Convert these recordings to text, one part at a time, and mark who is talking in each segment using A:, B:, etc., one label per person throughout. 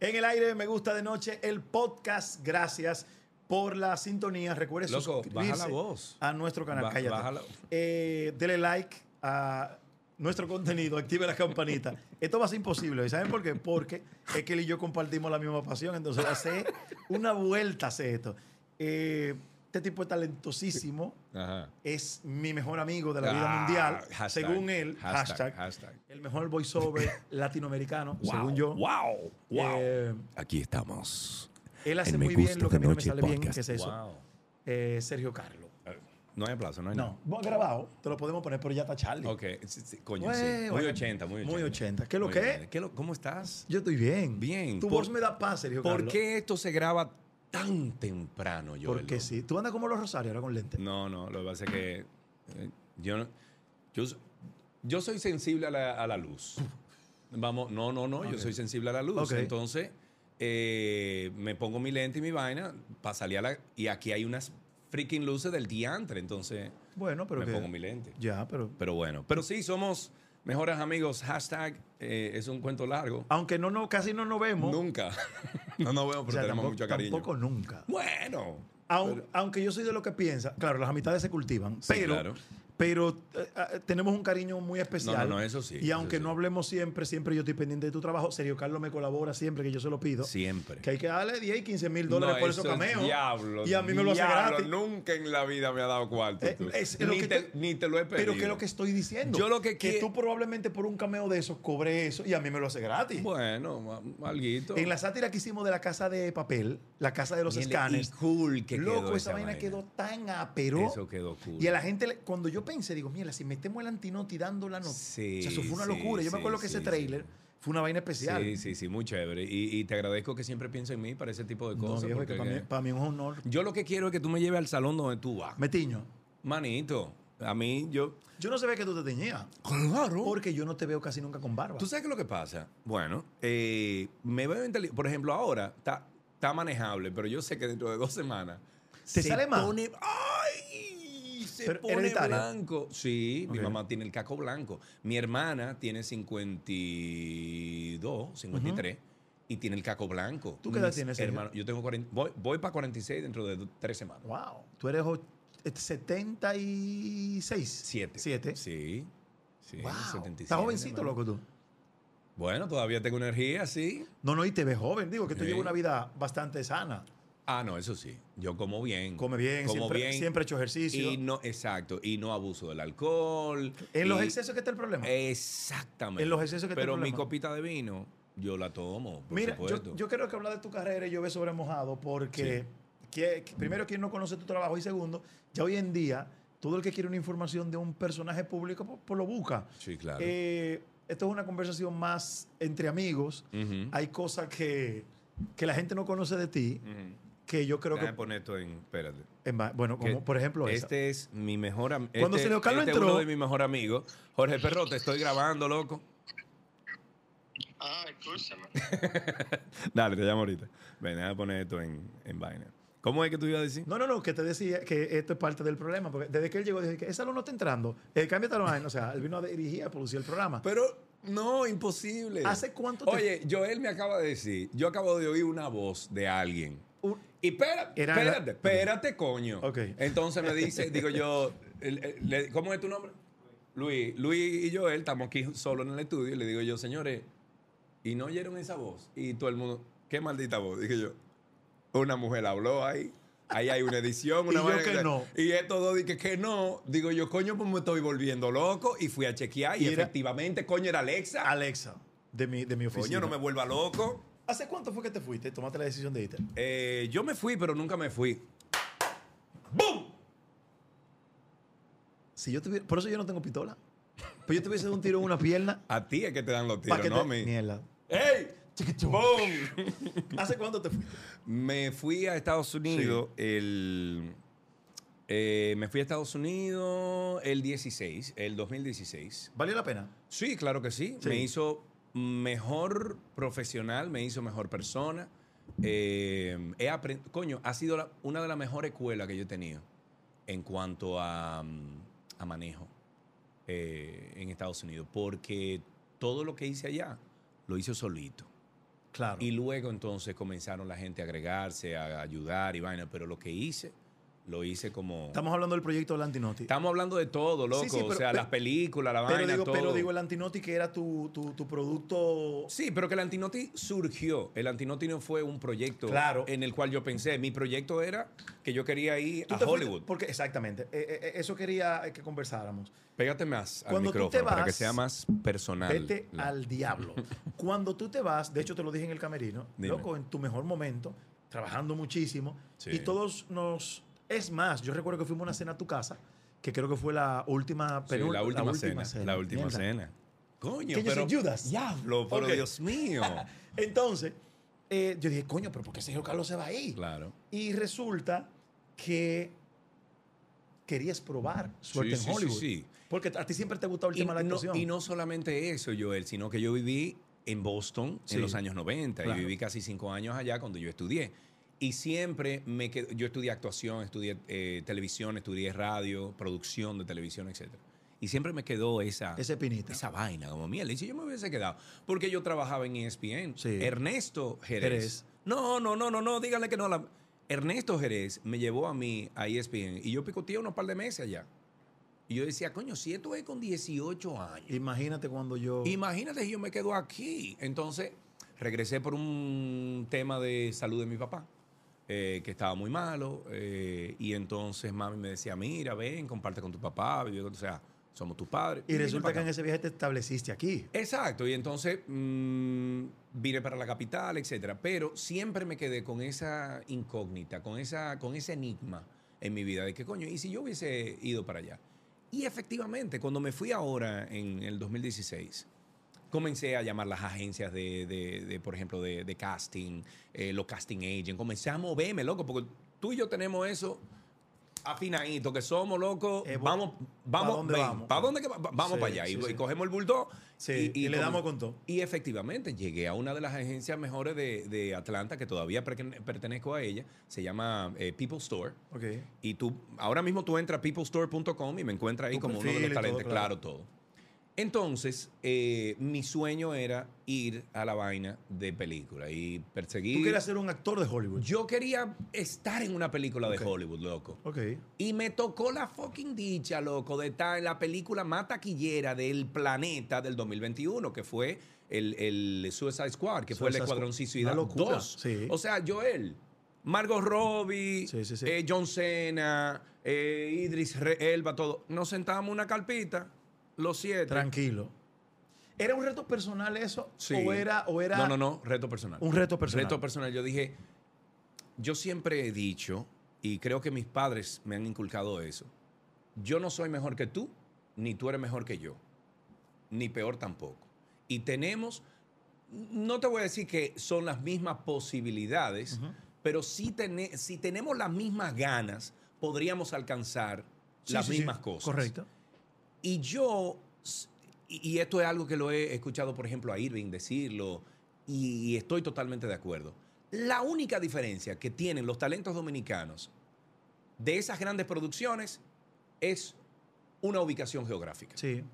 A: En el aire me gusta de noche el podcast. Gracias por la sintonía. Recuerde
B: Loco,
A: suscribirse
B: baja la voz.
A: a nuestro canal.
B: Ba-
A: Cállate.
B: baja la-
A: Eh, dele like a nuestro contenido, active la campanita. Esto va a ser imposible. ¿Y saben por qué? Porque es que él y yo compartimos la misma pasión. Entonces hace una vuelta hace esto. Eh, este tipo es talentosísimo.
B: Ajá.
A: Es mi mejor amigo de la
B: Ah,
A: vida mundial.
B: hashtag,
A: según él, hashtag,
B: hashtag, hashtag.
A: El mejor voiceover latinoamericano,
B: Wow,
A: según yo.
B: Wow, wow.
A: Eh,
C: Aquí estamos.
A: él hace
C: En Me
A: muy bien
C: Gusta
A: lo que a
C: de
A: mí no me
C: Noche
A: sale bien,
C: podcast.
A: que es eso.
B: Wow.
A: Eh, Sergio Carlos.
B: No hay aplauso, no hay
A: No, vos grabado, te lo podemos poner, pero ya está Charlie.
B: nada. Ok, sí, sí, coño,
A: Güey,
B: sí. Muy
A: bueno,
B: 80, muy 80.
A: muy 80. ¿Qué lo
B: Muy
A: que?
B: bien. ¿Qué lo- ¿Cómo estás?
A: Yo estoy bien.
B: Bien.
A: Tu
B: Por-
A: voz me da paz, Sergio
B: ¿Por
A: Carlos.
B: qué esto se graba tan temprano, Joel?
A: Porque sí. Tú andas como los Rosarios ahora con lentes.
B: No, no, lo que pasa es que eh, yo, no- yo, so- yo soy sensible a la, a la luz. Vamos, no, no, no, yo soy sensible a la luz.
A: Ok.
B: Entonces, eh, me pongo mi lente y mi vaina para salir a la... Y aquí hay unas freaking luces del diantre, entonces
A: Bueno, pero
B: me
A: que-
B: pongo mi lente.
A: Ya, pero...
B: Pero bueno, pero sí, somos mejores amigos. Hashtag eh, es un cuento largo.
A: Aunque no, no, casi no nos vemos.
B: Nunca. no nos vemos, pero
A: o sea,
B: tenemos
A: tampoco,
B: mucho cariño.
A: tampoco nunca.
B: Bueno.
A: Aun- aunque yo soy de lo que piensa, claro, las amistades se cultivan,
B: Sí,
A: pero,
B: claro.
A: pero eh, eh, tenemos un cariño muy especial.
B: No, no, no, eso sí,
A: Y
B: eso
A: aunque
B: sí.
A: no hablemos siempre, siempre yo estoy pendiente de tu trabajo. Sergio Carlos me colabora siempre que yo se lo pido.
B: Siempre.
A: Que hay que darle 10 y 15 mil dólares
B: Este. No,
A: por esos
B: eso es
A: cameos.
B: Diablo.
A: y a mí me lo hace
B: diablo,
A: gratis.
B: Nunca en la vida me ha dado cuarto.
A: Eh,
B: tú.
A: es lo
B: ni,
A: que
B: te,
A: te-
B: ni te lo he pedido.
A: Pero que es lo que estoy diciendo.
B: Yo lo que
A: Que
B: quie-
A: tú probablemente por un cameo de esos cobre eso y a mí me lo hace gratis.
B: Bueno, ma- alguito.
A: en la sátira que hicimos de la casa de papel, la casa de los
B: Miren,
A: escanes.
B: y cool que
A: loco,
B: quedó
A: esa
B: esa
A: vaina,
B: vaina.
A: quedó tan aperó.
B: Eso quedó cool.
A: Y a la gente, le- cuando yo pensé, digo, mira, si metemos el antinoti dando la nota.
B: Sí,
A: o sea, eso fue una
B: sí,
A: locura. Yo me
B: sí,
A: acuerdo que
B: sí,
A: ese trailer
B: sí.
A: fue una vaina especial.
B: Sí, sí, sí, muy chévere. Y, y te agradezco que siempre pienses en mí para ese tipo de
A: No,
B: cosas.
A: viejo, es
B: porque
A: que para, mí, para mí es un honor.
B: Yo lo que quiero es que tú me lleves al salón donde tú vas.
A: Metiño,
B: Manito, a mí yo...
A: yo no sabía que tú te teñías.
B: Claro.
A: Porque yo no te veo casi nunca con barba.
B: Uh. ¿Tú sabes qué es lo que pasa? Bueno, eh, me veo inteli- Por ejemplo, ahora está, está manejable, pero yo sé que dentro de dos semanas.
A: ¿Te sale más?
B: pone- ¡Ay! Se
A: Pero
B: pone
A: hereditario.
B: blanco. Sí, mi
A: Ok.
B: mamá tiene el caco blanco. Mi hermana tiene 52, 53. Y tiene el caco blanco.
A: ¿Tú qué edad
B: Mis
A: tienes, Sergio?
B: Hermano, yo tengo 40, voy, voy para 46 dentro de do- tres semanas.
A: Wow. Tú eres eh, och- et- 76.
B: Siete.
A: 7.
B: Sí. Sí,
A: Wow.
B: 77,
A: Estás jovencito,
B: hermano.
A: loco tú.
B: Bueno, todavía tengo energía, sí.
A: No, no, y te ves joven. Digo que tú
B: Sí.
A: llevas una vida bastante sana.
B: Ah, no, eso sí. Yo como bien.
A: Come bien,
B: como
A: siempre, siempre he hecho ejercicio.
B: Y no, exacto. Y no abuso del alcohol.
A: en los
B: y- Eh,
A: excesos que está el problema.
B: Exactamente.
A: En los excesos que te
B: Pero mi
A: problema.
B: copita de vino, yo la tomo, por
A: Mira,
B: supuesto.
A: yo, yo creo que hablar de tu carrera y llover sobre mojado porque que- que- primero, quien no conoce tu trabajo y segundo, ya hoy en día, todo el que quiere una información de un personaje público, pues, pues lo busca.
B: Sí, claro.
A: Eh, esto es una conversación más entre amigos.
B: Ujú.
A: Hay cosas que, que la gente no conoce de ti,
B: Ujú.
A: que yo creo
B: Déjame
A: que...
B: poner esto en... Espérate.
A: en va- bueno, como
B: Que
A: por ejemplo... esa.
B: Este es mi mejor amigo.
A: Cuando
B: este,
A: Sergio Carlos
B: este es
A: entró-
B: uno de mis mejor amigos. Jorge Perro, te estoy grabando, loco.
D: Ah, escúchame.
B: Dale, te llamo ahorita. Ven, déjame poner esto en, en vaina. ¿Cómo es que tú ibas a decir?
A: No, no, no, que te decía que esto es parte del problema, porque desde que él llegó dije que ese alumno está entrando, eh, cámbiate la vaina", o sea, él vino a dirigir, a producir el programa.
B: Pero no, imposible.
A: ¿Hace cuánto te-
B: Oye, Joel me acaba de decir, yo acabo de oír una voz de alguien.
A: Un-
B: Y espera-
A: Era la-
B: espérate, espérate, coño.
A: Ok.
B: Entonces me dice, digo yo, el- el- le- ¿cómo es tu nombre? Luis. Luis y Joel estamos aquí solo en el estudio y le digo yo, señores, y no oyeron esa voz. Y todo el mundo, qué maldita voz. Dije yo, una mujer habló ahí. Ahí hay una edición,
A: Y
B: una
A: yo
B: vaina
A: que no.
B: Y estos dos dije que no. Digo yo, coño, pues me estoy volviendo loco. Y fui a chequear y,
A: Y era-
B: efectivamente, coño, era Alexa.
A: Alexa, de mi, de mi oficina.
B: Coño, no me vuelva loco.
A: ¿Hace cuánto fue que te fuiste? Tomaste la decisión de irte.
B: Eh, yo me fui, pero nunca me fui. ¡Bum!
A: Si yo tuviera, por eso yo no tengo pistola. Pero yo te hubiese dado un tiro en una pierna.
B: A ti es que te dan los
A: para
B: tiros,
A: que
B: no a
A: te,
B: mí.
A: Mierda.
B: ¡Ey! ¡Bum!
A: ¿Hace cuánto te fuiste?
B: me fui a Estados Unidos el... eh, me fui a Estados Unidos el 16, el 2016.
A: ¿Valió la pena?
B: Sí, claro que sí.
A: Sí.
B: Me hizo mejor profesional, me hizo mejor persona. Eh, he apren- Coño, ha sido la- una de las mejores escuelas que yo he tenido en cuanto a, mm, a manejo eh, en Estados Unidos, porque todo lo que hice allá lo hice solito.
A: Claro.
B: Y luego entonces comenzaron la gente a agregarse, a ayudar y vaina. Pero lo que hice, lo hice como.
A: Estamos hablando del proyecto del Antinoti.
B: Estamos hablando de todo, loco.
A: Sí, sí, pero-
B: o sea,
A: pe-
B: las películas, la
A: Pero
B: vaina,
A: digo,
B: todo.
A: pero digo, el Antinoti que era tu, tu, tu producto.
B: Sí, pero que el Antinoti surgió. El Antinoti no fue un proyecto
A: Claro.
B: en el cual yo pensé. Mi proyecto era que yo quería ir
A: Tú
B: a
A: te fuiste-
B: Hollywood.
A: porque, exactamente. eh, eh, eso quería eh, que conversáramos.
B: Pégate más al
A: Cuando tú
B: micrófono
A: te
B: para que
A: vas,
B: sea más personal.
A: Vete
B: La-
A: al diablo. Cuando tú te vas, de hecho te lo dije en el camerino,
B: Dime.
A: loco, en tu mejor momento, trabajando muchísimo,
B: Sí.
A: y todos nos... Es más, yo recuerdo que fuimos a una cena a tu casa, que creo que fue la última,
B: Sí,
A: penúltima-
B: la última, cena, La última
A: Mierda.
B: cena. Coño,
A: Que yo soy Judas.
B: Diablo, pero
A: Ok.
B: Dios mío.
A: Entonces, eh, yo dije, coño, pero ¿por qué Sergio Carlos se va ahí?
B: claro.
A: Y resulta que querías probar suerte
B: Sí, sí,
A: en Hollywood.
B: sí, sí.
A: Porque a ti siempre te ha gustado el
B: Y
A: tema de la
B: no,
A: actuación.
B: y no solamente eso, Joel, sino que yo viví en Boston
A: Sí.
B: en los años 90
A: Claro.
B: y viví casi cinco años allá cuando yo estudié. Y siempre me qued- yo estudié actuación, estudié eh, televisión, estudié radio, producción de televisión, etc. Y siempre me quedó esa,
A: Ese pinita.
B: esa vaina como mierda. Y si yo me hubiese quedado, porque yo trabajaba en E ESPN.
A: Sí.
B: Ernesto Jerez.
A: Jerez.
B: No, no, no, no, no, díganle que no. a la- Ernesto Jerez me llevó a mí a E ESPN y yo picoteé unos par de meses allá. Y yo decía, coño, si esto es con 18 años.
A: Imagínate cuando yo...
B: Imagínate si yo me quedo aquí. Entonces, regresé por un tema de salud de mi papá, eh, que estaba muy malo. eh, y entonces mami me decía, mira, ven, comparte con tu papá, vive con- o sea, somos tus padres.
A: Y
B: Vine
A: resulta
B: para
A: que en
B: acá.
A: ese viaje te estableciste aquí.
B: Exacto, y entonces mm, vine para la capital, etcétera. Pero siempre me quedé con esa incógnita, con, esa, con ese enigma en mi vida de que coño, ¿y si yo hubiese ido para allá? Y efectivamente, cuando me fui ahora en el 2016, comencé a llamar las agencias de, de- de, por ejemplo, de, de casting, eh, los casting agents, comencé a moverme, loco, porque tú y yo tenemos eso afinadito, que somos, loco,
A: Eh,
B: vamos, vamos,
A: dónde
B: ven,
A: vamos?
B: ¿pa' dónde que va- va- vamos
A: Sí,
B: para allá? Y-
A: sí, sí.
B: y cogemos el bulldog
A: Sí, y, le
B: como-
A: damos con todo.
B: Y efectivamente, llegué a una de las agencias mejores de, de Atlanta, que todavía pertene- pertenezco a ella, se llama eh, People Store.
A: Ok.
B: Y tú, ahora mismo tú entras a peoplestore.com y me encuentras ahí
A: Tu
B: como uno de
A: perfil
B: los
A: y todo,
B: talentos,
A: claro.
B: claro. todo. Entonces, eh, mi sueño era ir a la vaina de película y perseguir.
A: Tú quieres ser un actor de Hollywood.
B: Yo quería estar en una película
A: Ok.
B: de Hollywood, loco.
A: Ok.
B: Y me tocó la fucking dicha, loco, de estar en la película más taquillera del planeta del 2021, que fue el, el Suicide Squad, que fue el
A: Suicide Squad.
B: Escuadrón Suicida
A: Una locura,
B: 2.
A: sí.
B: O sea, Joel, Margot Robbie,
A: Sí, sí, sí.
B: eh, John Cena, eh, Idris Re- Elba, todo. Nos sentábamos en una carpita, los siete.
A: Tranquilo. ¿Era un reto personal eso?
B: Sí.
A: ¿O era, o era
B: No, no, no, reto personal.
A: un reto personal?
B: Reto personal. Yo dije, yo siempre he dicho, y creo que mis padres me han inculcado eso, yo no soy mejor que tú, ni tú eres mejor que yo, ni peor tampoco. Y tenemos, no te voy a decir que son las mismas posibilidades,
A: Ujú.
B: pero si, tene- si tenemos las mismas ganas, podríamos alcanzar
A: Sí,
B: las
A: sí, sí.
B: mismas cosas.
A: Correcto.
B: Y yo, y y esto es algo que lo he escuchado, por ejemplo, a Irving decirlo, y estoy totalmente de acuerdo. La única diferencia que tienen los talentos dominicanos de esas grandes producciones es una ubicación geográfica.
A: Sí.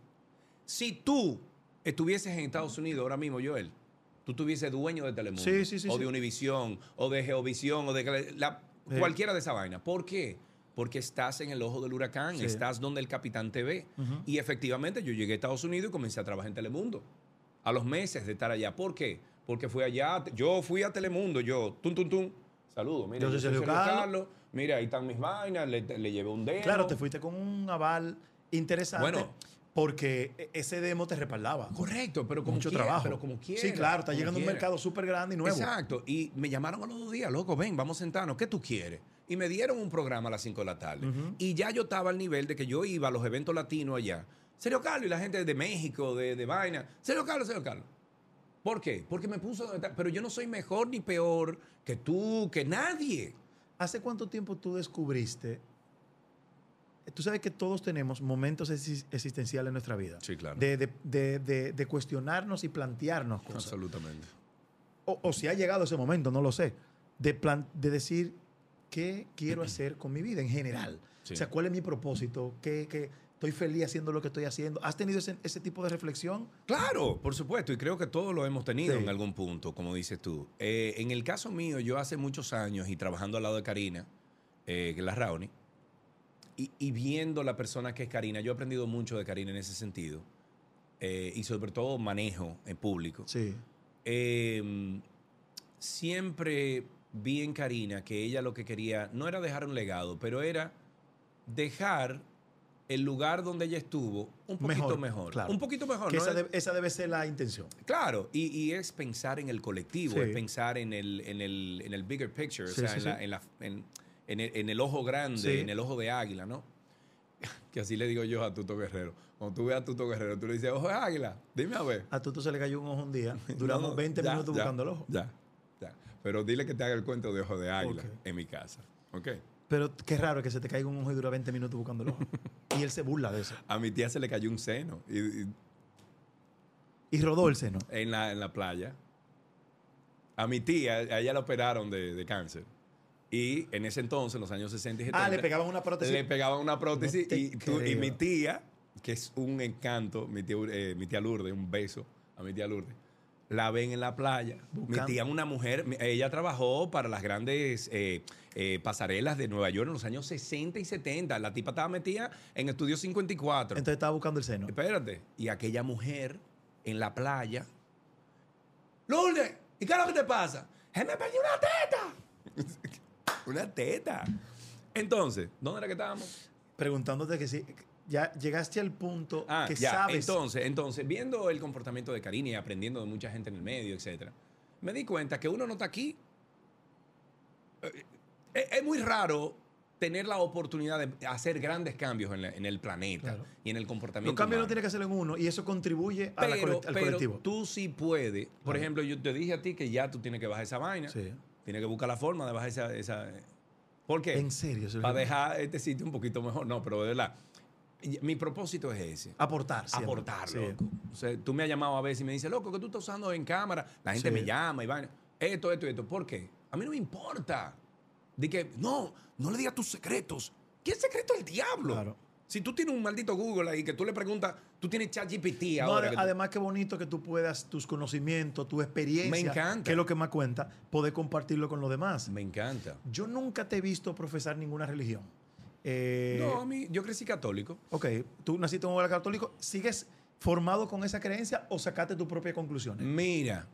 B: Si tú estuvieses en Estados Unidos ahora mismo, Joel, tú estuvieses dueño de Telemundo,
A: Sí, sí, sí,
B: o
A: sí.
B: de Univisión, o de Geovisión, o de la-
A: Sí.
B: cualquiera de esa vaina. ¿Por qué? Porque estás en el ojo del huracán,
A: Sí.
B: estás donde el capitán te ve.
A: Ujú.
B: Y efectivamente yo llegué a Estados Unidos y comencé a trabajar en Telemundo. A los meses de estar allá. ¿Por qué? Porque fui allá, yo fui a Telemundo, yo, tum, tum, tum. Saludos, mira,
A: Yo soy Sergio Carlos.
B: Mira, ahí están mis vainas, le, le llevé un dedo.
A: Claro, te fuiste con un aval interesante.
B: Bueno.
A: Porque e- ese demo te respaldaba.
B: Correcto, pero como
A: Mucho
B: quiera,
A: trabajo.
B: Pero como quiera,
A: Sí, claro. Está
B: como
A: llegando a un
B: quiera.
A: mercado súper grande y nuevo.
B: Exacto. Y me llamaron a los dos días, loco, ven, vamos a sentarnos, ¿qué tú quieres? Y me dieron un programa a las 5 de la tarde.
A: Ujú.
B: Y ya yo estaba al nivel de que yo iba a los eventos latinos allá. Serio Carlos y la gente de México, de, de vaina. Serio Carlos, serio Carlos. ¿Por qué? Porque me puso donde está- Pero yo no soy mejor ni peor que tú, que nadie.
A: ¿Hace cuánto tiempo tú descubriste? Tú sabes que todos tenemos momentos exis- existenciales en nuestra vida.
B: Sí, claro.
A: De, de- de- de- de cuestionarnos y plantearnos cosas.
B: Absolutamente.
A: O, o si ha llegado ese momento, no lo sé. De, plan- de decir, ¿qué quiero hacer con mi vida en general?
B: Sí.
A: O sea, ¿cuál es mi propósito? ¿Qué, qué? estoy feliz haciendo lo que estoy haciendo. ¿Has tenido ese, ese tipo de reflexión?
B: Claro, por supuesto, y creo que todos lo hemos tenido
A: Sí.
B: en algún punto, como dices tú. Eh, en el caso mío, yo hace muchos años y trabajando al lado de Karina, eh, que es la Raoni, y, y viendo la persona que es Karina, yo he aprendido mucho de Karina en ese sentido, eh, y sobre todo manejo en público.
A: Sí.
B: Eh, siempre vi en Karina que ella lo que quería no era dejar un legado, pero era dejar el lugar donde ella estuvo un poquito mejor.
A: Mejor, claro.
B: Un poquito mejor.
A: Que
B: ¿no?
A: esa, de- esa debe ser la intención.
B: Claro, y, y es pensar en el colectivo,
A: Sí.
B: es pensar en el, en el, en el bigger picture,
A: Sí,
B: o sea,
A: sí,
B: en,
A: sí.
B: la- en la- en- en el, en el ojo grande,
A: Sí.
B: en el ojo de águila, ¿no? Que así le digo yo a Tuto Guerrero. Cuando tú ves a Tuto Guerrero, tú le dices, ojo de águila, dime a ver.
A: A Tuto se le cayó un ojo un día. Duramos
B: No,
A: 20
B: ya,
A: minutos
B: ya,
A: buscando el ojo.
B: Ya, ya. Pero dile que te haga el cuento de ojo de águila
A: Ok.
B: en mi casa, ¿ok?
A: Pero qué raro que se te caiga un ojo y dura 20 minutos buscando el ojo. y él se burla de eso.
B: A mi tía se le cayó un seno y- y
A: Y rodó el seno.
B: En la, en la playa. A mi tía, a ella la operaron de, de cáncer. Y en ese entonces, en los años 60 y 70,
A: Ah, le pegaban una prótesis.
B: le pegaban una prótesis.
A: No te
B: y, tú- y
A: creo.
B: mi tía, que es un encanto, mi tía, eh, mi tía Lourdes, un beso a mi tía Lourdes, la ven en la playa.
A: Buscando.
B: Mi tía, una mujer, mi- ella trabajó para las grandes eh, eh, pasarelas de Nueva York en los años 60 y 70. La tipa estaba metida en Estudio 54.
A: Entonces estaba buscando el seno.
B: Espérate. Y aquella mujer en la playa. Lourdes, ¿y qué es lo que te pasa? ¡Se me perdió una teta! una teta. Entonces, ¿dónde era que estábamos?
A: Preguntándote que si ya llegaste al punto
B: Ah,
A: que
B: ya.
A: sabes.
B: Entonces, entonces, viendo el comportamiento de Karina y aprendiendo de mucha gente en el medio, etcétera, me di cuenta que uno no está aquí. Eh, Es, es muy raro tener la oportunidad de hacer grandes cambios en, la- en el planeta
A: Claro.
B: y en el comportamiento.
A: los cambios
B: humano.
A: no tiene que hacerlo en uno y eso contribuye a la
B: pero,
A: colect- al
B: pero
A: colectivo.
B: tú sí puedes. Por
A: Claro.
B: ejemplo, yo te dije a ti que ya tú tienes que bajar esa vaina.
A: Sí.
B: Tienes que buscar la forma de bajar esa... esa ¿Por qué?
A: En serio. eso es lo
B: Para
A: que-
B: dejar este sitio un poquito mejor. No, pero de verdad. y- Mi propósito es ese.
A: Aportar. siempre.
B: Aportar,
A: Ah, Sí.
B: loco. O sea, tú me has llamado a veces y me dices, loco, que tú estás usando en cámara? La gente
A: Sí.
B: me llama y vaina. Esto, esto, y esto. ¿Por qué? A mí no me importa. De que, no, no le digas tus secretos. ¿Qué secreto el diablo?
A: Claro.
B: Si tú tienes un maldito Google ahí que tú le preguntas, tú tienes ChatGPT
A: No,
B: ahora.
A: ade-
B: que tú-
A: además, qué bonito que tú puedas tus conocimientos, tu experiencia,
B: Me encanta.
A: que es lo que más cuenta, poder compartirlo con los demás.
B: Me encanta.
A: Yo nunca te he visto profesar ninguna religión. Eh,
B: no, a mí, yo crecí católico.
A: Ok, tú naciste en un hogar católico, ¿sigues formado con esa creencia o sacaste tus propias
B: Mm,
A: conclusiones?
B: Mira,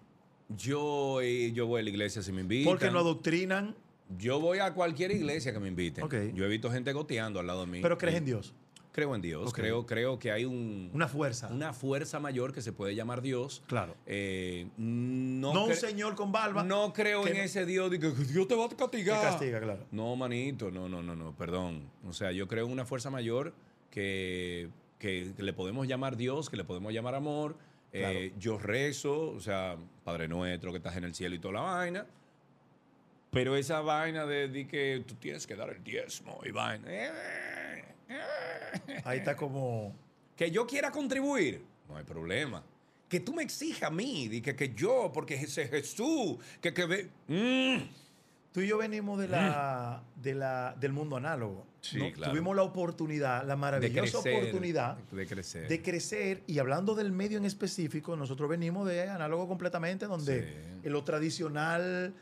B: yo, eh, yo voy a la iglesia si me invitan.
A: Porque no adoctrinan,
B: Yo voy a cualquier iglesia que me inviten.
A: Ok.
B: Yo he visto gente goteando al lado de mí. Eh,
A: pero crees en Dios,
B: Creo en Dios.
A: Ok.
B: Creo, creo que hay un,
A: una fuerza.
B: una fuerza mayor que se puede llamar Dios.
A: Claro.
B: Eh, no,
A: No, un
B: cre-
A: señor con barba.
B: no creo
A: que
B: en
A: no-
B: ese Dios de que Dios te va a
A: que
B: castigar.
A: castiga, claro.
B: No, manito, no, no, no, no, perdón. O sea, yo creo en una fuerza mayor que, que le podemos llamar Dios, que le podemos llamar amor. Eh, yo rezo, o sea, Padre Nuestro que estás en el cielo y toda la vaina. Pero esa vaina de, de que tú tienes que dar el diezmo y vaina. eh, eh.
A: Ahí está como...
B: Que yo quiera contribuir, no hay problema. Que tú me exijas a mí, de que, que yo, porque ese Jesús, que, que ve. Mm.
A: Tú y yo venimos de la, de la, del mundo análogo.
B: Sí,
A: ¿no?
B: claro.
A: Tuvimos la oportunidad, la maravillosa oportunidad
B: de crecer.
A: de crecer. Y hablando del medio en específico, nosotros venimos de análogo completamente, donde
B: Sí.
A: lo tradicional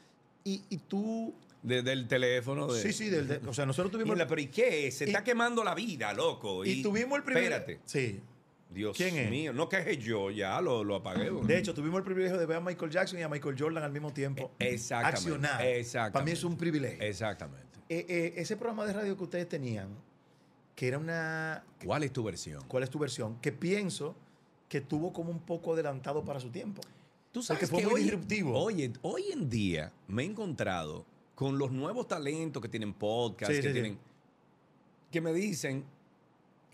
A: y, y tú...
B: Desde el teléfono. De,
A: Sí, sí, del, de- o sea, nosotros
B: Y
A: tuvimos...
B: la, pero ¿y qué? Se
A: y-
B: está quemando la vida, loco.
A: y tuvimos el privilegio...
B: Espérate.
A: Sí.
B: Dios
A: ¿Quién es?
B: mío. No que es yo, ya lo, lo apagué. bro.
A: De hecho, tuvimos el privilegio de ver a Michael Jackson y a Michael Jordan al mismo tiempo.
B: E- exactamente,
A: Accionar.
B: exactamente.
A: Para mí es un privilegio.
B: Exactamente.
A: Eh, eh, ese programa de radio que ustedes tenían, que era una...
B: ¿Cuál es tu versión?
A: ¿Cuál es tu versión? Que pienso que tuvo como un poco adelantado para su tiempo.
B: Tú
A: Porque fue muy
B: hoy-
A: disruptivo.
B: Oye, hoy en día me he encontrado con los nuevos talentos que tienen podcasts,
A: Sí,
B: que
A: sí, sí.
B: tienen. que me dicen.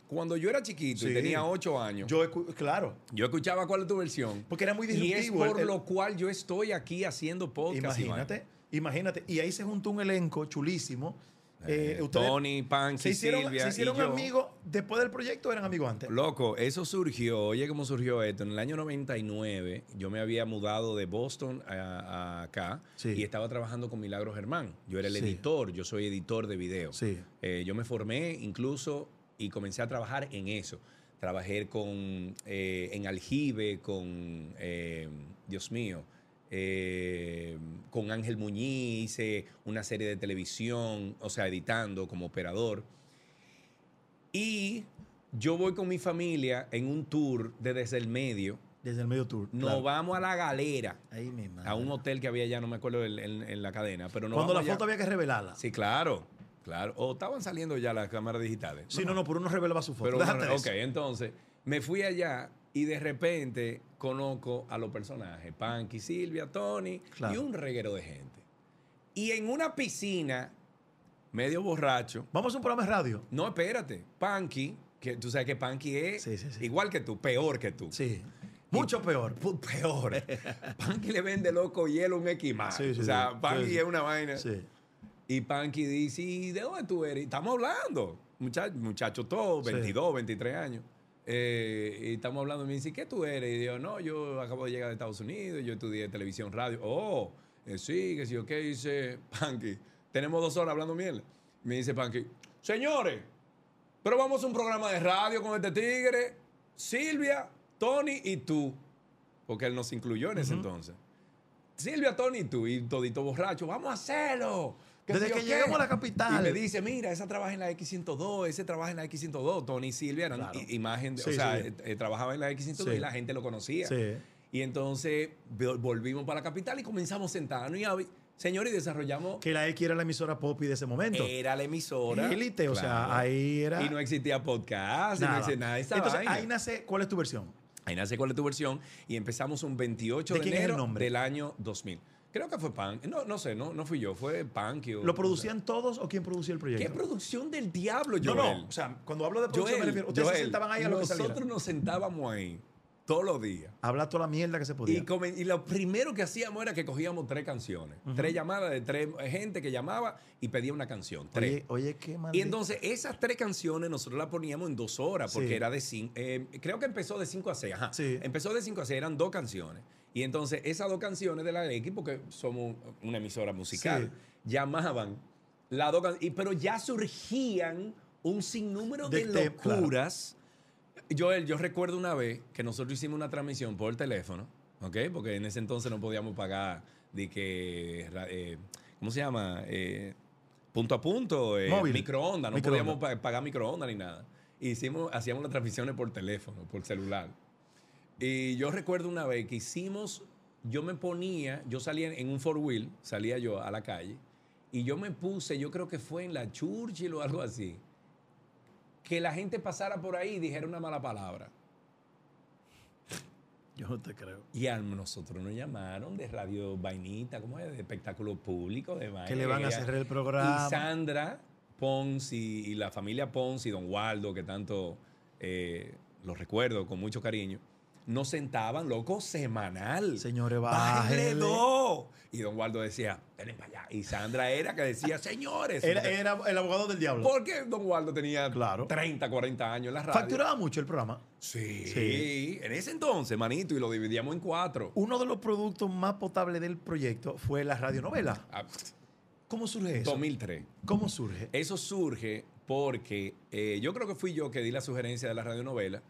B: Cuando yo era chiquito
A: Sí.
B: y tenía ocho años, yo,
A: Yo, escu- claro,
B: escuchaba cuál es tu versión.
A: porque era muy
B: Y es
A: disruptivo. el-
B: por
A: el-
B: lo cual yo estoy aquí haciendo podcast. Iván.
A: imagínate, imagínate. Y ahí se juntó un elenco chulísimo. Eh,
B: Eh,
A: ustedes
B: Tony, Panky,
A: se hicieron, se
B: Silvia. y
A: hicieron
B: yo.
A: amigos después del proyecto, eran amigos antes.
B: Loco, eso surgió, oye cómo surgió esto. En el año 99 yo me había mudado de Boston a, a acá
A: Sí.
B: y estaba trabajando con Milagro Germán. Yo era el
A: Sí.
B: editor, yo soy editor de video.
A: Sí.
B: Eh, yo me formé incluso y comencé a trabajar en eso. Trabajé con, eh, en Aljibe, con, eh, Dios mío, eh, con Ángel Muñiz, hice una serie de televisión, o sea, editando como operador. Y yo voy con mi familia en un tour de desde el medio.
A: Desde el medio tour.
B: Nos
A: claro.
B: vamos a la galera,
A: Ahí mismo.
B: a un hotel que había allá, no me acuerdo el- en, en la cadena, pero no.
A: Cuando la foto había que revelarla.
B: Sí, claro, claro. O estaban saliendo ya las cámaras digitales.
A: Sí, no, no, por uno revelaba su foto.
B: Pero
A: Déjate
B: bueno,
A: de
B: ok,
A: eso.
B: entonces me fui allá y de repente conozco a los personajes, Panky, Silvia, Tony
A: Claro.
B: y un reguero de gente. Y en una piscina, medio borracho,
A: Vamos a un programa de radio.
B: no, espérate, Panky, que tú sabes que Panky es
A: Sí, sí, sí.
B: igual que tú, peor que tú.
A: Sí. Mucho peor.
B: Pu- Peor. Panky le vende loco hielo a un esquimal.
A: Sí, sí,
B: o sea,
A: sí.
B: Panky
A: Sí, sí.
B: es una vaina.
A: Sí.
B: Y Panky dice, ¿y de dónde tú eres? Estamos hablando, muchachos, muchacho todo,
A: Sí.
B: 22, 23 años. Eh, y estamos hablando, y me dice, ¿qué tú eres? Y yo, no, yo acabo de llegar de Estados Unidos, yo estudié televisión, radio. Oh, eh, sí, que sí, ok, dice Panky. Tenemos dos horas hablando miel. Me dice Panky, señores, pero vamos a un programa de radio con este tigre, Silvia, Tony y tú. Porque él nos incluyó en ese entonces. Silvia, Tony y tú, y todito borracho, vamos a hacerlo.
A: Desde
B: sé yo
A: que
B: qué.
A: llegamos a la capital.
B: Y me dice, mira, esa trabaja en la X102, ese trabaja en la X102. Tony y Silvia eran
A: Claro.
B: i- imagen, de-
A: Sí,
B: o sea,
A: sí.
B: eh, eh, trabajaba en la X102
A: Sí.
B: y la gente lo conocía.
A: Sí.
B: Y entonces vol- volvimos para la capital y comenzamos sentados. Y, a- señor, y desarrollamos...
A: Que la X era la emisora Poppy de ese momento.
B: Era la emisora.
A: Élite, o sea,
B: Claro.
A: ahí era.
B: Y no existía podcast, y no
A: nada.
B: existía nada de esa
A: Entonces,
B: vaina.
A: ahí nace. ¿Cuál es tu versión?
B: Ahí nace cuál es tu versión y empezamos un 28
A: ¿De
B: de,
A: quién es el
B: enero
A: nombre?
B: del año 2000. Creo que fue Pan, no, no sé, no, no fui yo, fue Pan que
A: ¿Lo producían todos o quién producía el
B: ¿Qué
A: proyecto?
B: producción del diablo,
A: no,
B: Joel?
A: no. O sea, cuando hablo de producción, me
B: Joel,
A: refiero. Ustedes se
B: Joel,
A: sentaban ahí a lo que
B: Nosotros
A: saliera.
B: nos sentábamos ahí todos los días.
A: Habla toda la mierda que se podía.
B: Y, comen- y lo primero que hacíamos era que cogíamos tres canciones, tres llamadas de tres gente que llamaba y pedía una canción. Tres.
A: oye, oye, qué mal.
B: Y entonces esas tres canciones nosotros las poníamos en dos horas, porque
A: Sí.
B: era de cinco, creo que empezó de cinco a seis, ajá.
A: Sí.
B: Empezó de cinco a seis, eran dos canciones. Y entonces esas dos canciones de la X, porque somos una emisora musical, llamaban las dos canciones, pero ya surgían un sinnúmero
A: De
B: de,
A: te- claro.
B: locuras. Joel, yo recuerdo una vez que nosotros hicimos una transmisión por teléfono, ¿ok? Porque en ese entonces no podíamos pagar de que, ra- eh, ¿cómo se llama? Eh, punto a punto, eh,
A: Móvil.
B: microondas, no
A: Microondas.
B: podíamos pa- pagar microondas ni nada. Hicimos, hacíamos las transmisiones por teléfono, por celular. Y yo recuerdo una vez que hicimos, yo me ponía, yo salía en un four wheel, salía yo a la calle, y yo me puse, yo creo que fue en la Churchill o algo así, que la gente pasara por ahí y dijera una mala palabra.
A: Yo no te creo.
B: Y a nosotros nos llamaron de Radio Vainita, ¿cómo es? De espectáculo público, de vaina.
A: Que le van a
B: Ella-
A: cerrar el programa.
B: Y Sandra Ponzi y la familia Ponzi, Don Waldo, que tanto eh, los recuerdo con mucho cariño, nos sentaban, loco, semanal.
A: Señores,
B: ¡Bájenle
A: bájenle.
B: dos! Y Don Waldo decía, ven para allá. Y Sandra era que decía, señores.
A: Era, era el abogado del diablo.
B: Porque Don Waldo tenía
A: Claro.
B: 30, 40 años en la radio.
A: Facturaba mucho el programa.
B: Sí.
A: Sí. Uh,
B: En ese entonces, manito, y lo dividíamos en cuatro.
A: Uno de los productos más potables del proyecto fue la radionovela.
B: Ah,
A: ¿Cómo surge eso?
B: 2003.
A: ¿Cómo surge?
B: Eso surge porque eh, yo creo que fui yo que di la sugerencia de la radionovela,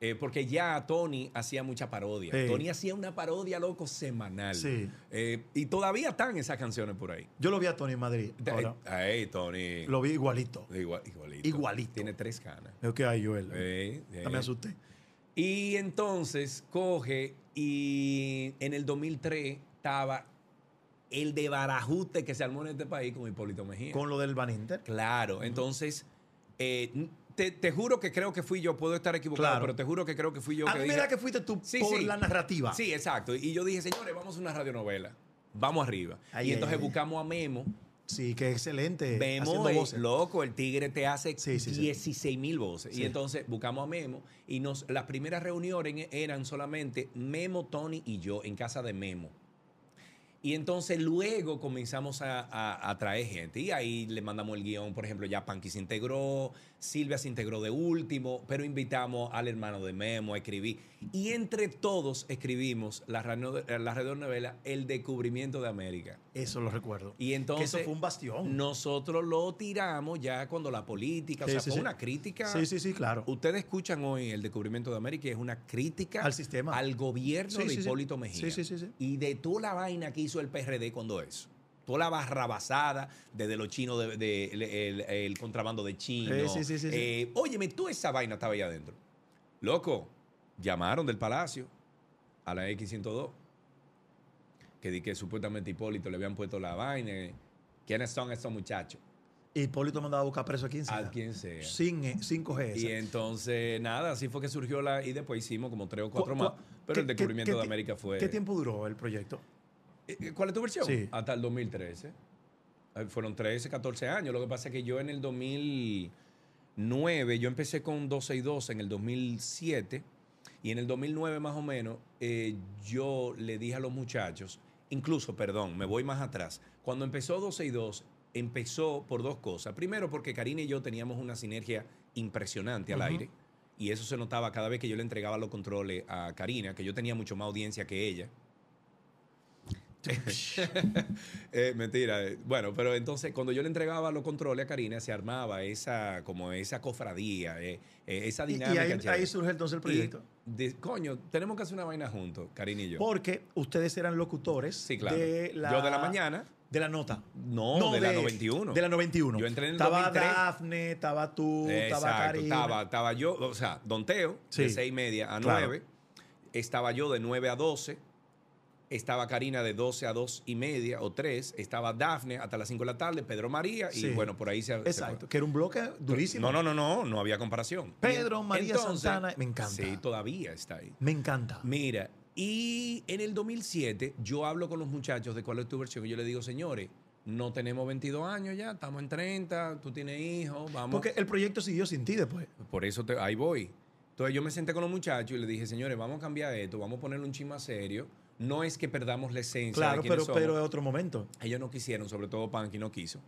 B: eh, porque ya Tony hacía mucha parodia.
A: Sí.
B: Tony hacía una parodia, loco, semanal.
A: Sí.
B: Eh, y todavía están esas canciones por ahí.
A: Yo lo vi a Tony en Madrid. ahora.
B: Ay, Tony.
A: Lo vi igualito.
B: Igual- igualito.
A: Igualito.
B: Tiene tres canas.
A: Yo que ay, Joel.
B: Eh, eh.
A: Ya Me asusté.
B: Y entonces coge y en el 2003 estaba el de Barajuste que se armó en este país con Hipólito Mejía.
A: Con lo del Van Inter.
B: Claro, entonces, eh, te, te juro que creo que fui yo, puedo estar equivocado,
A: Claro.
B: pero te juro que creo que fui yo
A: a
B: que
A: mí me
B: dije-
A: da Ah, que fuiste tú
B: Sí,
A: por
B: sí.
A: la narrativa.
B: Sí, exacto. Y yo dije, señores, vamos a una radionovela. Vamos arriba.
A: Ay,
B: y
A: ay,
B: entonces
A: ay.
B: buscamos a Memo.
A: Sí, que excelente.
B: Memo,
A: Eh, haciendo
B: el
A: voces.
B: loco, el tigre te hace
A: Sí, sí, sí.
B: 16 mil voces.
A: Sí.
B: Y entonces buscamos a Memo y nos, las primeras reuniones eran solamente Memo, Tony y yo en casa de Memo. Y entonces luego comenzamos a, a- a traer gente. Y ahí le mandamos el guión. Por ejemplo, ya Panky se integró, Silvia se integró de último, pero invitamos al hermano de Memo a escribir. Y entre todos escribimos la, radio- la radionovela El Descubrimiento de América.
A: Eso lo recuerdo.
B: Y entonces
A: que eso fue un bastión.
B: nosotros lo tiramos ya cuando la política,
A: Sí,
B: o sea,
A: sí,
B: fue
A: sí.
B: una crítica.
A: Sí, sí, sí, claro.
B: Ustedes escuchan hoy el descubrimiento de América y es una crítica
A: Al sistema.
B: al gobierno
A: Sí,
B: de
A: sí, sí.
B: Hipólito Mejía.
A: Sí, sí, sí, sí.
B: Y de toda la vaina que hizo el PRD cuando eso. Toda la barrabasada desde los chinos, de, de- el, el- el contrabando de chinos.
A: Sí, sí, sí, sí, sí.
B: Eh, óyeme, toda esa vaina estaba ahí adentro. Loco, llamaron del Palacio a la X102 que di que supuestamente Hipólito le habían puesto la vaina. eh. ¿Quiénes son estos muchachos?
A: Hipólito mandaba a buscar preso a 15.
B: A quien sea.
A: Sin, eh, sin coger
B: Y
A: esa.
B: entonces, nada, así fue que surgió la. Y después hicimos como tres o cuatro
A: ¿Cu-
B: más.
A: cu-
B: Pero
A: qué-
B: el
A: qué-
B: descubrimiento
A: qué
B: de
A: ti-
B: América fue.
A: ¿Qué tiempo duró el proyecto?
B: Eh, eh, ¿Cuál es tu versión?
A: Sí.
B: Hasta el 2013. Eh, Fueron 13, 14 años. Lo que pasa es que yo en el 2009, yo empecé con 12 y 12 en el 2007. Y en el 2009 más o menos, eh, yo le dije a los muchachos, incluso, perdón, me voy más atrás. Cuando empezó 12 y 2, empezó por dos cosas. Primero, porque Karina y yo teníamos una sinergia impresionante al
A: Ujú.
B: aire. Y eso se notaba cada vez que yo le entregaba los controles a Karina, que yo tenía mucho más audiencia que ella. Eh, mentira. eh, Bueno, pero entonces cuando yo le entregaba los controles a Karina, se armaba esa, como esa cofradía, eh, eh, esa
A: Y- Y,
B: dinámica.
A: ahí,
B: chévere.
A: ahí surge entonces el proyecto.
B: Y de- coño, tenemos que hacer una vaina juntos, Karina y yo.
A: Porque ustedes eran locutores
B: sí, claro.
A: de la,
B: yo de la mañana.
A: De la nota.
B: No, de la 91.
A: De la 91.
B: Yo entré en el
A: Estaba
B: 2003.
A: Dafne, estaba tú, estaba
B: Exacto,
A: Karina.
B: estaba, estaba yo, o sea, Don Teo, de
A: Sí.
B: seis y media a
A: Claro.
B: 9. Estaba yo de 9 a 12. Estaba Karina de 12 a 2 y media o 3. Estaba Dafne hasta las 5 de la tarde, Pedro María.
A: Sí.
B: Y bueno, por ahí se. se fue.
A: Exacto, que era un bloque durísimo.
B: No, no, no, no, no había comparación.
A: Pedro,
B: Y en-
A: María Santana, me encanta.
B: Sí, todavía está ahí.
A: Me encanta.
B: Mira, y en el 2007 yo hablo con los muchachos de cuál es tu versión y yo le digo, señores, no tenemos 22 años ya, estamos en 30, tú tienes hijos, vamos.
A: Porque el proyecto siguió sin ti después.
B: Por eso te- ahí voy. Entonces yo me senté con los muchachos y les dije, señores, vamos a cambiar esto, vamos a ponerle un chisma serio. No es que perdamos la esencia
A: Claro,
B: de
A: pero,
B: quiénes
A: pero
B: somos.
A: es otro momento.
B: Ellos no quisieron, sobre todo Panky no quiso.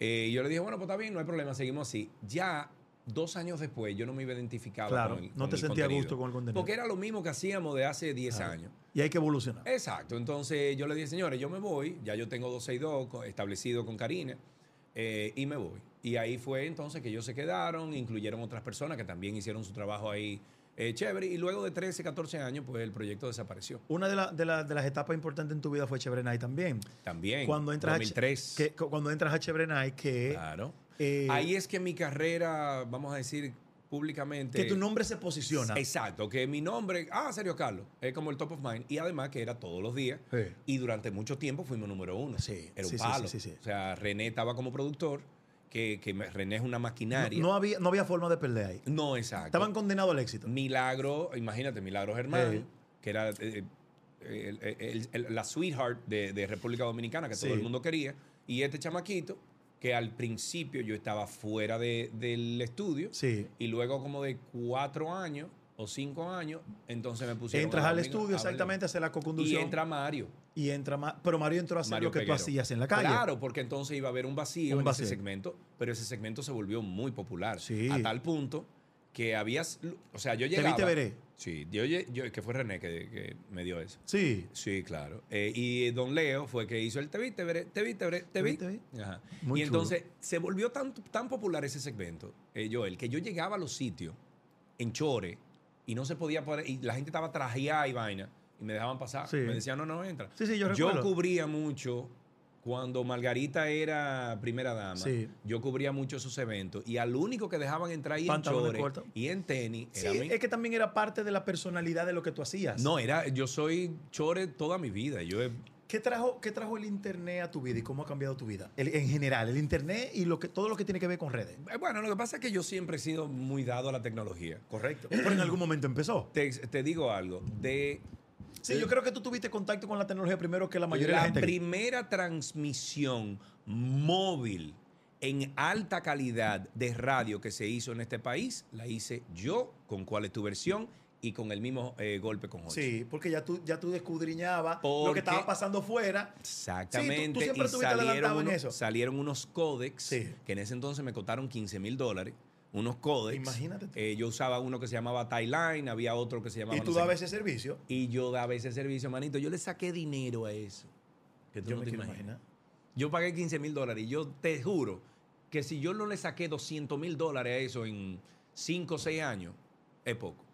B: Eh, y yo le dije, bueno, pues está bien, no hay problema, seguimos así. Ya dos años después yo no me identificaba
A: Claro,
B: con el
A: no
B: con
A: te
B: el
A: sentía a gusto con el contenido.
B: Porque era lo mismo que hacíamos de hace 10
A: Claro.
B: años.
A: Y hay que evolucionar.
B: Exacto. Entonces yo le dije, señores, yo me voy, ya yo tengo 12 y 2 co- establecido con Karina, eh, y me voy. Y ahí fue entonces que ellos se quedaron, incluyeron otras personas que también hicieron su trabajo ahí eh, chévere, y luego de 13, 14 años, pues el proyecto desapareció.
A: Una de, la- de la- de las etapas importantes en tu vida fue Chebrenay también.
B: También.
A: Cuando entras, A,
B: 2003.
A: Che- que- cu- cuando entras a Chebrenay, que,
B: Claro.
A: eh,
B: ahí es que mi carrera, vamos a decir públicamente...
A: que tu nombre se posiciona.
B: Exacto, que mi nombre, ah, Sergio Carlos, es como el top of mind. Y además que era todos los días.
A: Sí.
B: Y durante mucho tiempo fuimos número uno.
A: Sí,
B: Era un
A: sí, sí,
B: palo.
A: sí, sí, sí.
B: O sea, René estaba como productor, que, que me- René es una
A: No,
B: maquinaria.
A: no había, no había forma de perder ahí.
B: No, exacto.
A: Estaban condenados al éxito.
B: Milagro, imagínate, Milagro Germán,
A: Sí.
B: que era eh, eh, el- el- el- la sweetheart de, de República Dominicana que
A: Sí.
B: todo el mundo quería. Y este chamaquito, que al principio yo estaba fuera de- del estudio.
A: Sí.
B: Y luego como de cuatro años o cinco años, entonces me pusieron...
A: Entras
B: a-
A: al
B: a-
A: estudio,
B: a-
A: exactamente, haces la
B: Y
A: coconducción.
B: entra Mario.
A: y entra Ma- pero Mario entró a hacer
B: Mario
A: lo que
B: Peguero.
A: tú hacías en la calle.
B: Claro, porque entonces iba a haber un vacío
A: Un
B: en
A: vacío.
B: ese segmento, pero ese segmento se volvió muy popular.
A: Sí.
B: A tal punto que habías... O sea, yo
A: Te
B: llegaba...
A: vi, te veré.
B: Sí, yo, lle- yo- que fue René que, que me dio eso.
A: Sí.
B: Sí, claro. Eh, y Don Leo fue que hizo el Te vi, te veré, te vi, te veré, te vi.
A: Te vi,
B: Ajá.
A: Muy
B: y
A: chulo.
B: entonces se volvió tan, tan popular ese segmento, eh, Joel, que yo llegaba a los sitios en chore y no se podía poner, y la gente estaba trajeada y vaina, y me dejaban pasar.
A: Sí.
B: Me decían, no, no, entra.
A: Sí, sí, yo
B: yo
A: recuerdo.
B: cubría mucho. Cuando Margarita era primera dama,
A: Sí.
B: yo cubría mucho esos eventos y al único que dejaban entrar ahí en
A: Pantalones
B: chore
A: cortos.
B: y en tenis
A: Sí,
B: era a mí.
A: es que también era parte de la personalidad de lo que tú hacías.
B: No, era, yo soy chore toda mi vida. Yo he-
A: ¿Qué trajo, ¿Qué trajo el Internet a tu vida y cómo ha cambiado tu vida? El- en general, el Internet y lo que, todo lo que tiene que ver con redes.
B: Eh, Bueno, lo que pasa es que yo siempre he sido muy dado a la tecnología.
A: Correcto. Pero en algún momento empezó.
B: Te, te digo algo, de
A: Sí, yo creo que tú tuviste contacto con la tecnología primero que la mayoría
B: la
A: de la gente.
B: primera transmisión móvil en alta calidad de radio que se hizo en este país, la hice yo con cuál es tu versión y con el mismo eh, golpe con ocho.
A: Sí, porque ya tú, ya tú descudriñabas lo que
B: Porque-
A: estaba pasando fuera.
B: Exactamente.
A: Sí, tú- tú siempre
B: y
A: estuviste
B: salieron
A: adelantado en
B: unos,
A: eso.
B: salieron unos códex
A: Sí.
B: que en ese entonces me costaron 15 mil dólares. Unos códex.
A: Imagínate tú.
B: Eh, yo usaba uno que se llamaba Tyline, había otro que se llamaba.
A: Y
B: no
A: tú
B: sé
A: dabas
B: qué.
A: ese servicio.
B: Y yo daba ese servicio, manito. Yo le saqué dinero a eso. Que tú
A: Yo
B: no
A: me
B: te
A: quiero
B: imaginas.
A: imaginar.
B: Yo pagué 15 mil dólares y yo te juro que si yo no le saqué 200 mil dólares a eso en 5 o 6 años, es poco.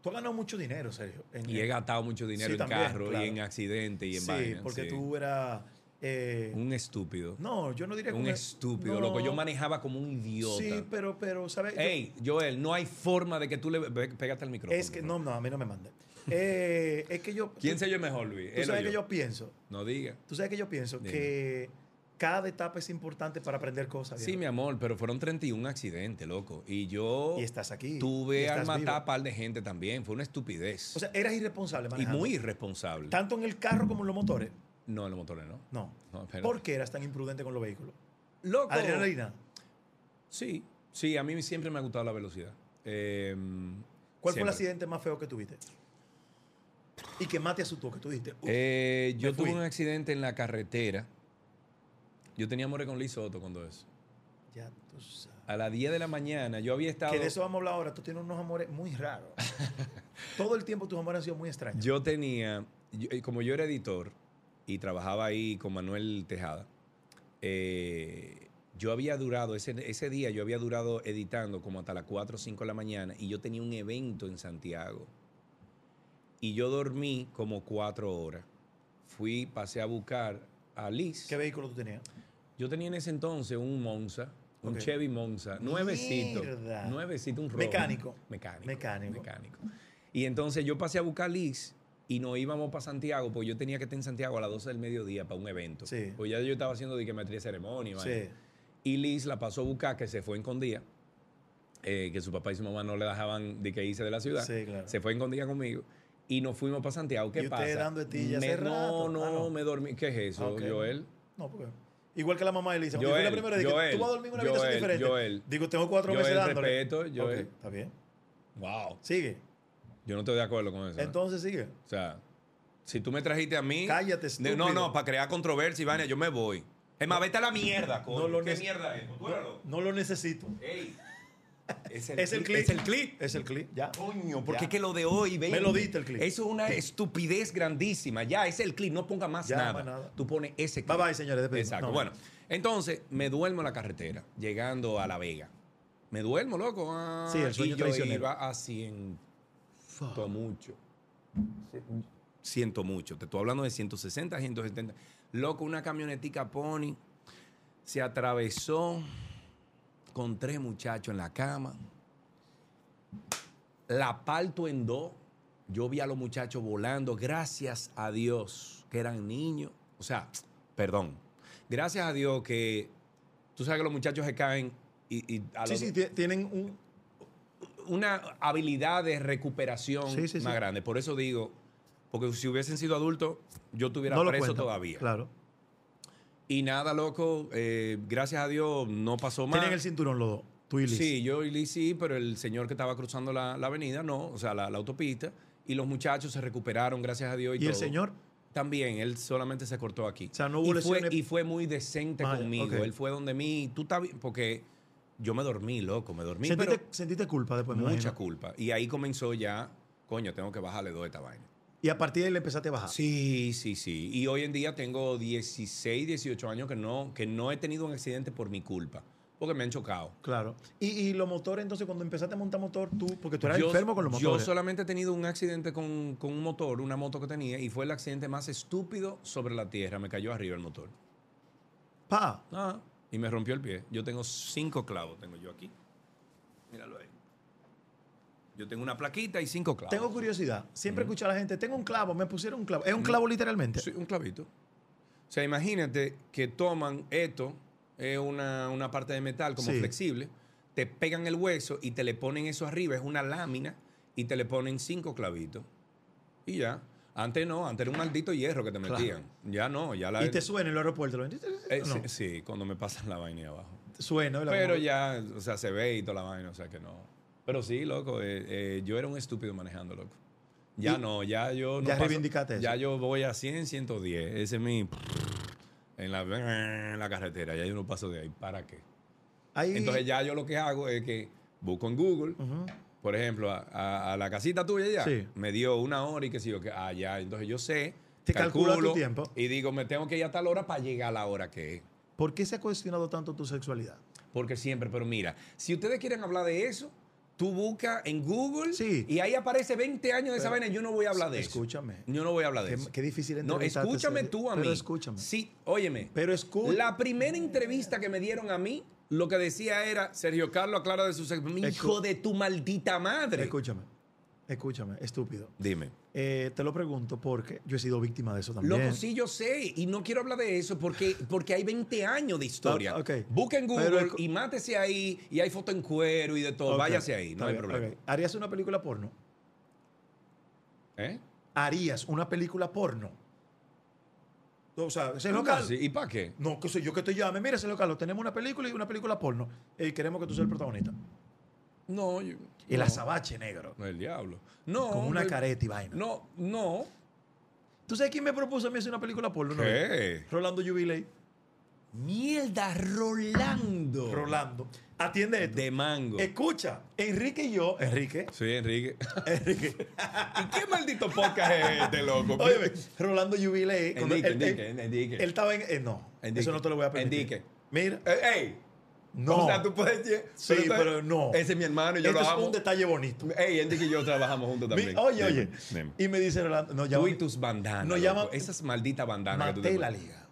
A: Tú has ganado mucho dinero, Sergio. en-
B: Y he gastado mucho dinero
A: Eh, Sí,
B: en
A: también,
B: carro
A: claro.
B: y en accidentes y en
A: Sí,
B: vainas,
A: porque
B: sí.
A: tú eras... eh,
B: Un estúpido.
A: no, yo no diría que
B: un estúpido,
A: no.
B: loco. Yo manejaba como un idiota.
A: Sí, pero, pero, ¿sabes? Yo-
B: Ey, Joel, no hay forma de que tú le... pe- Pégate al micrófono.
A: es que,
B: por
A: no,
B: favor.
A: no, a mí no me mande. Eh, es que yo...
B: ¿Quién
A: tú-
B: se yo mejor, Luis?
A: Tú
B: Él o
A: sabes que
B: yo?
A: yo pienso.
B: No diga.
A: Tú sabes que yo pienso
B: Dime.
A: que cada etapa es importante para aprender cosas.
B: Sí,
A: viejo.
B: mi amor, pero fueron 31 accidentes, loco. Y yo
A: Y estás aquí. y
B: tuve
A: estás
B: al matar
A: vivo.
B: a par de gente también. Fue una estupidez.
A: O sea, eras irresponsable
B: y
A: manejando.
B: muy irresponsable.
A: Tanto en el carro como en los motores.
B: No, en los motores no.
A: No.
B: No, espérate.
A: ¿Por qué eras tan imprudente con los vehículos?
B: Loco.
A: Adrenalina.
B: Sí, sí, a mí siempre me ha gustado la velocidad. Eh,
A: ¿Cuál fue el
B: siempre.
A: accidente más feo que tuviste? Y que más te asustó que tú dijiste. "Uf".
B: Eh, yo
A: me
B: tuve
A: fui.
B: un accidente en la carretera. Yo tenía amores con Liz Soto cuando eso.
A: ya tú sabes.
B: A las 10 de la mañana yo había estado...
A: Que de eso vamos a hablar ahora. Tú tienes unos amores muy raros. Todo el tiempo tus amores han sido muy extraños.
B: Yo tenía, yo- eh, como yo era editor y trabajaba ahí con Manuel Tejada, eh, yo había durado, ese, ese día yo había durado editando como hasta las 4 o 5 de la mañana y yo tenía un evento en Santiago. Y yo dormí como 4 horas. Fui, pasé a buscar a Liz.
A: ¿Qué vehículo tú tenías?
B: Yo tenía en ese entonces un Monza, un
A: Ok.
B: Chevy Monza, nuevecito,
A: Mierda.
B: nuevecito, un rojo.
A: Mecánico.
B: Mecánico.
A: Mecánico.
B: mecánico. Y entonces yo pasé a buscar a Liz y nos íbamos para Santiago, porque yo tenía que estar en Santiago a las 12 del mediodía para un evento.
A: Sí.
B: Pues ya yo estaba haciendo de que maestría de ceremonia. y
A: Sí.
B: vaina. Y Liz la pasó a buscar, que se fue en Condía, eh, que su papá y su mamá no le dejaban de que irse de la ciudad.
A: Sí, claro.
B: Se fue en Condía conmigo. Y nos fuimos para Santiago. ¿Qué
A: Y ustedes
B: pasa?
A: dando de ti ya
B: Me-
A: hace rato.
B: no, no,
A: Ah, no.
B: me dormí. ¿Qué es eso,
A: Ah, ok.
B: Joel?
A: No, porque. Igual que la mamá de Elisa. Cuando yo fui la
B: Joel,
A: primera vez, dije,
B: Joel,
A: tú vas a dormir en una habitación
B: Joel,
A: diferente.
B: Joel.
A: Digo, tengo cuatro
B: Joel,
A: meses dándole.
B: respeto, Joel.
A: Ok, está bien.
B: Wow.
A: Sigue.
B: Yo no estoy de acuerdo con eso. ¿eh?
A: Entonces sigue.
B: O sea, si tú me trajiste a mí.
A: Cállate,
B: de-
A: estúpido.
B: No, no, para crear controversia, Ivania, yo me voy. Es más, vete a la mierda, coño.
A: No lo
B: ¿Qué
A: neces-
B: mierda es? Tú eres loco.
A: No lo necesito.
B: Ey. Es
A: Es el clip.
B: Es el clip.
A: Es el clip, ya.
B: Coño, porque
A: Ya.
B: es que lo de hoy, ven.
A: Me lo diste el clip.
B: Eso es una estupidez grandísima. Ya, es el clip. No ponga más
A: Ya,
B: nada.
A: más nada.
B: Tú pones ese clip.
A: Bye bye, señores. despedimos.
B: Exacto.
A: No.
B: Bueno, entonces me duermo en la carretera, llegando a La Vega. Me duermo, loco. Ah,
A: Sí, el sueño
B: y yo
A: traicionero.
B: iba a ciento mucho. Siento mucho. Te estoy hablando de 160, 170. Loco, una camionetica Pony se atravesó con tres muchachos en la cama. La parto en dos. Yo vi a los muchachos volando. Gracias a Dios que eran niños. O sea, perdón. Gracias a Dios que tú sabes que los muchachos se caen y, y a
A: Sí,
B: los-
A: sí, tie- tienen un.
B: una habilidad de recuperación
A: Sí, sí, sí.
B: más grande. Por eso digo, porque si hubiesen sido adultos, yo estuviera
A: no lo
B: preso
A: cuentan.
B: todavía.
A: Claro.
B: Y nada, loco, eh, gracias a Dios no pasó más.
A: Tienen el cinturón los dos. Tú y Liz.
B: Sí, yo y Liz sí, pero el señor que estaba cruzando la, la avenida no, o sea, la, la autopista. Y los muchachos se recuperaron, gracias a Dios.
A: ¿Y
B: Y,
A: el
B: todo.
A: señor?
B: También, él solamente se cortó aquí.
A: O sea, no hubo
B: y fue,
A: lesiones.
B: y fue muy decente
A: Vaya,
B: conmigo.
A: ok.
B: Él fue donde mí, tú estás bien, porque yo me dormí, loco, me dormí.
A: ¿Sentiste,
B: pero
A: sentiste culpa después, me
B: mucha
A: imagino?
B: culpa. Y ahí comenzó ya, coño, tengo que bajarle dos a esta vaina.
A: Y a partir de ahí le empezaste a bajar.
B: Sí, sí, sí. Y hoy en día tengo 16, 18 años que no, que no he tenido un accidente por mi culpa, porque me han chocado.
A: Claro. Y, y los motores, entonces, cuando empezaste a montar motor, tú, porque tú eras
B: Yo-
A: enfermo con los motores.
B: Yo solamente he tenido un accidente con, con un motor, una moto que tenía, y fue el accidente más estúpido sobre la tierra. Me cayó arriba el motor.
A: Pa.
B: Ah, y me rompió el pie. Yo tengo cinco clavos, tengo yo aquí. Míralo ahí. Yo tengo una plaquita y cinco clavos.
A: Tengo curiosidad. Siempre escucho a la gente, tengo un clavo, me pusieron un clavo. Es un clavo literalmente.
B: Mm. Sí, un clavito. O sea, imagínate que toman esto, es una, una parte de metal como
A: Sí.
B: flexible, te pegan el hueso y te le ponen eso arriba, es una lámina, y te le ponen cinco clavitos. Y ya. Antes no, antes era un maldito hierro que te
A: Claro.
B: metían. Ya no, ya la.
A: Y te suena en el aeropuerto. lo-
B: Eh,
A: no,
B: sí, sí, cuando me pasan la vaina ahí abajo.
A: Suena. ¿verdad?
B: Pero
A: Como-
B: ya, o sea, se ve y toda la vaina, o sea que no. Pero sí, loco, eh, eh, yo era un estúpido manejando, loco. Ya
A: Y-
B: no, ya yo no.
A: ya reivindicaste eso.
B: Ya yo voy a 100, 110. Ese es mi. En la, en la carretera, ya yo no paso de ahí. ¿Para qué?
A: Ahí-
B: Entonces ya yo lo que hago es que busco en Google,
A: Ujú.
B: por ejemplo, a, a- a la casita tuya ya,
A: Sí.
B: me dio una hora y qué sé yo, que ah, ya, entonces yo sé,
A: Te calcula tu tiempo.
B: y digo, me tengo que ir a tal hora para llegar a la hora que es.
A: ¿Por qué se ha cuestionado tanto tu sexualidad?
B: Porque siempre, pero mira, si ustedes quieren hablar de eso, tú busca en Google
A: Sí.
B: y ahí aparece 20 años de esa vaina y yo no voy a hablar de
A: Escúchame.
B: eso. Yo no voy a hablar de
A: Qué,
B: eso.
A: qué difícil
B: No,
A: entrevistarte,
B: escúchame
A: Sergio.
B: tú a mí.
A: Pero escúchame.
B: Sí, óyeme.
A: Pero escúchame.
B: La primera entrevista que me dieron a mí, lo que decía era Sergio Carlos aclara de su sexo. Mi
A: Escu-
B: Hijo de tu maldita madre.
A: Escúchame. Escúchame, estúpido.
B: Dime.
A: Eh, te lo pregunto porque yo he sido víctima de eso también.
B: Loco, sí, yo sé. Y no quiero hablar de eso porque, porque hay 20 años de historia.
A: Ah, ok.
B: Busca en
A: Pero
B: Google
A: escu-
B: y mátese ahí. Y hay foto en cuero y de todo.
A: Ok,
B: Váyase ahí,
A: está
B: no hay
A: bien,
B: problema.
A: ok. ¿Harías una película porno?
B: ¿Eh?
A: ¿Harías una película porno? O sea, Sergio
B: ¿Cómo
A: Carlos.
B: así? ¿Y para qué?
A: No, que sé yo que te llame. Mira, Sergio Carlos, tenemos una película y una película porno. Y queremos que tú seas el protagonista.
B: No, yo-
A: El
B: no.
A: azabache negro.
B: No, el diablo. No.
A: con una
B: no-
A: careta y vaina.
B: No, no.
A: ¿Tú sabes quién me propuso a mí hacer una película porno? una vez?
B: ¿Qué?
A: Rolando Jubiley.
B: Mierda, Rolando.
A: Rolando. Atiende esto.
B: De mango.
A: Escucha, Enrique y yo, Enrique,
B: Sí, Enrique.
A: Enrique,
B: ¿Y qué maldito podcast es este, loco?
A: óyeme, Rolando Jubiley, cuando
B: Enrique,
A: él, él-
B: Enrique, Enrique.
A: él estaba en, eh, no,
B: Enrique.
A: eso no te lo voy a permitir.
B: Enrique.
A: Mira,
B: Eh, ¡Ey!
A: no,
B: O sea, tú puedes... decir,
A: Sí,
B: esto es-
A: pero no.
B: Ese es mi hermano y yo
A: esto
B: lo
A: es
B: amo.
A: un detalle bonito.
B: Ey, Enrique y yo trabajamos juntos
A: Mi-
B: también.
A: oye, oye,
B: Dime, dime.
A: y me dice Rolando, no,
B: Tú
A: llama,
B: y tus bandanas.
A: No,
B: loco.
A: llama-
B: Esas malditas bandanas que tú te
A: maté la liga,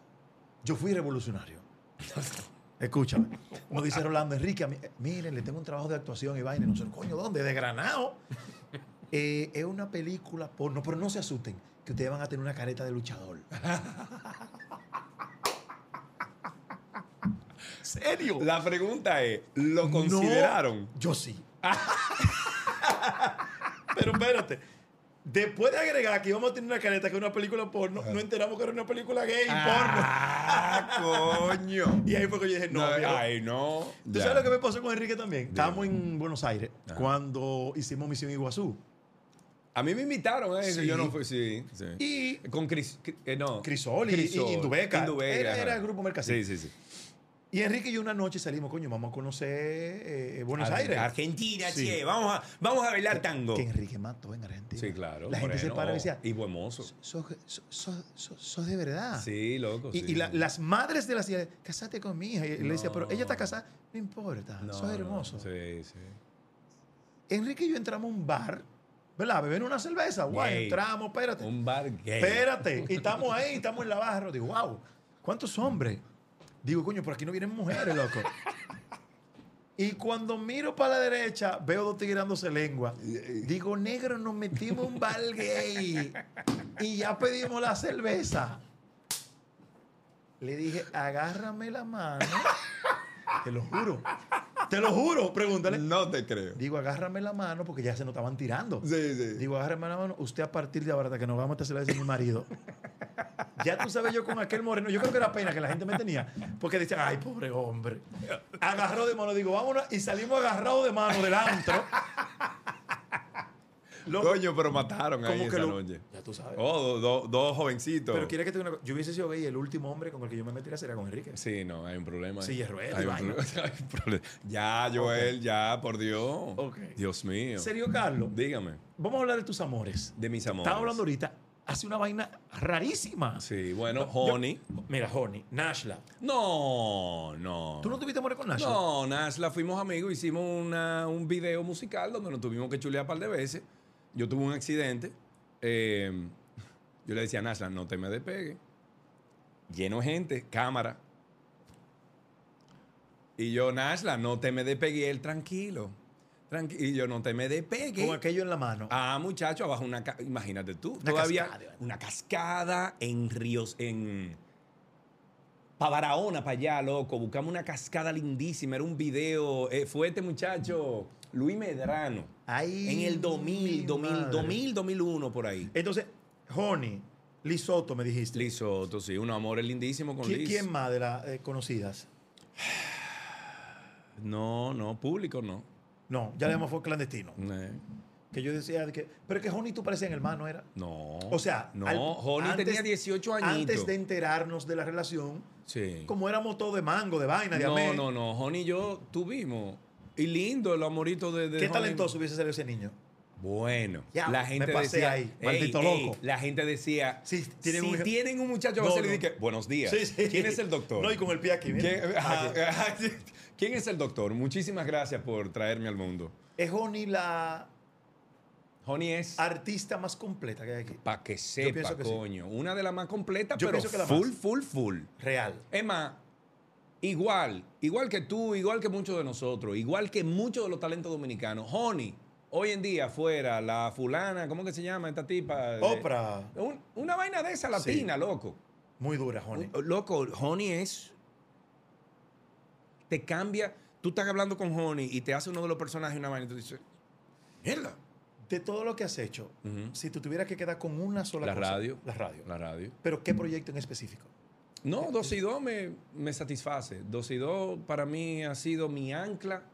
A: yo fui revolucionario. Escúchame, nos dice Rolando, Enrique, a mí- eh, miren, le tengo un trabajo de actuación y vaina, y nosotros, coño, ¿dónde? De Granado. Eh, es una película porno, pero no se asusten, que ustedes van a tener una careta de luchador. ¿Serio?
B: La pregunta es, ¿lo consideraron?
A: No, yo sí. Pero espérate. Después de agregar que íbamos a tener una careta que era una película porno, no enteramos que era una película gay
B: ¡Ah, coño!
A: porno. Y ahí fue que yo dije, no, viejo.
B: ay, no.
A: ¿Tú sabes lo que me pasó con Enrique también? Estábamos en Buenos Aires
B: Ajá.
A: cuando hicimos Misión Iguazú.
B: A mí me invitaron a eso,
A: Sí.
B: yo no fui, sí. sí.
A: Y
B: Con Cris, Cri- eh, no.
A: Crisol y- y Indubeca. Era- era el grupo Mercacil.
B: Sí, sí, sí.
A: Y Enrique y yo una noche salimos, coño, vamos a conocer eh, eh, Buenos
B: Ar-
A: Aires.
B: Argentina,
A: Sí.
B: che, vamos a, vamos a bailar tango.
A: Que Enrique mató en Argentina.
B: Sí, claro.
A: La gente se
B: Moreno,
A: para y decía,
B: Y buen mozo.
A: sos, sos- sos- sos- sos de verdad.
B: Sí, loco.
A: "Ah". Y,
B: Pues sí.
A: y la- las madres de las hijas, casate con mi hija. Y le decía, pero ella está
B: No.
A: casada. No importa,
B: No,
A: sos
B: no,
A: hermoso.
B: Sí, sí.
A: Enrique y yo entramos a un bar, ¿verdad? Beben una cerveza, guay,
B: Gay.
A: entramos, espérate.
B: Un bar gay.
A: Espérate. Y estamos ahí, estamos en la barra. Digo, wow, ¿cuántos hombres? Digo, coño, por aquí no vienen mujeres, loco. Y cuando miro para la derecha, veo dos tigres dándose lengua. Digo, negro, nos metimos un bar gay. Y ya pedimos la cerveza. Le dije, agárrame la mano. Te lo juro. Te lo juro, pregúntale.
B: No te creo.
A: Digo, agárrame la mano porque ya se nos estaban tirando.
B: Sí, sí.
A: Digo, agárrame la mano. Usted a partir de ahora, hasta que nos vamos a hacer la vez de mi marido. Ya tú sabes, yo con aquel moreno, yo creo que era pena que la gente me tenía, porque decían, ay, pobre hombre. Agarró de mano, digo, vámonos, y salimos agarrados de mano del antro. Loco,
B: Coño, pero mataron ahí
A: como que
B: esa
A: lo-
B: noche.
A: Ya tú sabes.
B: Oh, do- do- dos jovencitos.
A: Pero quiere que te diga una cosa. Yo hubiese sido gay, el último hombre con el que yo me metiera sería con Enrique.
B: Sí, no, hay un problema. ahí.
A: Sí, es rueda y
B: Hay un
A: vaina.
B: pro- hay un problema. Ya, Joel, ya, por Dios.
A: Ok.
B: Dios mío.
A: Serio, Carlos,
B: Dígame,
A: vamos a hablar de tus amores.
B: de mis amores.
A: Estaba hablando ahorita, hace una vaina rarísima.
B: Sí, bueno,
A: Yo-
B: Honey.
A: mira, Honey, Nashla.
B: No, no.
A: ¿Tú no tuviste amores con Nashla?
B: No, Nashla, fuimos amigos, hicimos una- un video musical donde nos tuvimos que chulear un par de veces. Yo tuve un accidente. eh, yo le decía a Nashla, no te me despegues. Lleno de gente, cámara. Y yo, Nashla, no te me despegué, él tranquilo. tranqui- y yo, no te me despegues.
A: Con aquello en la mano.
B: Ah, muchacho, abajo una ca- imagínate tú,
A: Una
B: todavía
A: cascada.
B: una cascada en ríos en pa' Barahona, para allá, loco, buscamos una cascada lindísima, era un video, eh, fue este muchacho Luis Medrano
A: Ahí.
B: en el 2000, 2000, 2000, 2001 por ahí.
A: Entonces, Honey, Lisoto me dijiste.
B: Liz Soto, sí, un amor es lindísimo con
A: ¿Qui-
B: Liz.
A: ¿Quién más de las eh, conocidas?
B: No, no, público no.
A: No, ya además fue clandestino.
B: Eh,
A: Que yo decía, de que, pero es que Johnny tú parecías hermano, era.
B: No.
A: O sea,
B: no.
A: al-
B: Johnny
A: antes-
B: tenía 18 añitos.
A: Antes de enterarnos de la relación,
B: Sí.
A: como éramos todos de mango, de vaina, de amén.
B: No, no, no. Johnny y yo tuvimos. Y lindo el amorito de. de
A: Qué
B: Johnny.
A: talentoso hubiese sido ese niño.
B: Bueno,
A: Ya,
B: la
A: me
B: gente
A: pasé
B: decía.
A: ahí,
B: "Ey,
A: maldito
B: ey",
A: loco.
B: la gente decía.
A: Sí, tienen
B: tienen si
A: un-
B: un... tienen un muchacho,
A: No,
B: se le
A: no.
B: dice, buenos días.
A: Sí, sí.
B: ¿Quién es el doctor? Ah,
A: No, y con el pie aquí, mira.
B: ¿Quién, ajá,
A: Aquí.
B: ajá, sí. ¿Quién es el doctor? Muchísimas gracias por traerme al mundo.
A: Es Johnny la
B: Johnny es.
A: artista más completa que hay aquí.
B: Para que
A: Ah. pienso
B: sepa,
A: que sí.
B: coño. Una de las más completas,
A: Yo
B: pero
A: pienso que la más.
B: full, full, full.
A: Real.
B: Emma, igual, igual que tú, igual que muchos de nosotros, igual que muchos de los talentos dominicanos. Honey, hoy en día afuera, la fulana, ¿cómo que se llama esta tipa? De-
A: Oprah.
B: Un- una vaina de esa latina, loco.
A: Muy dura, Johnny.
B: Loco, Honey es. Te cambia. Tú estás hablando con Honey y te hace uno de los personajes una vaina y tú dices. Mierda.
A: De todo lo que has hecho,
B: Ujú.
A: si tú tuvieras que quedar con una sola
B: La
A: cosa.
B: radio.
A: La radio.
B: La radio.
A: Pero ¿qué proyecto en específico? Eh,
B: No, 2 y 2 me, me satisface. 2 y 2 para mí ha sido mi ancla.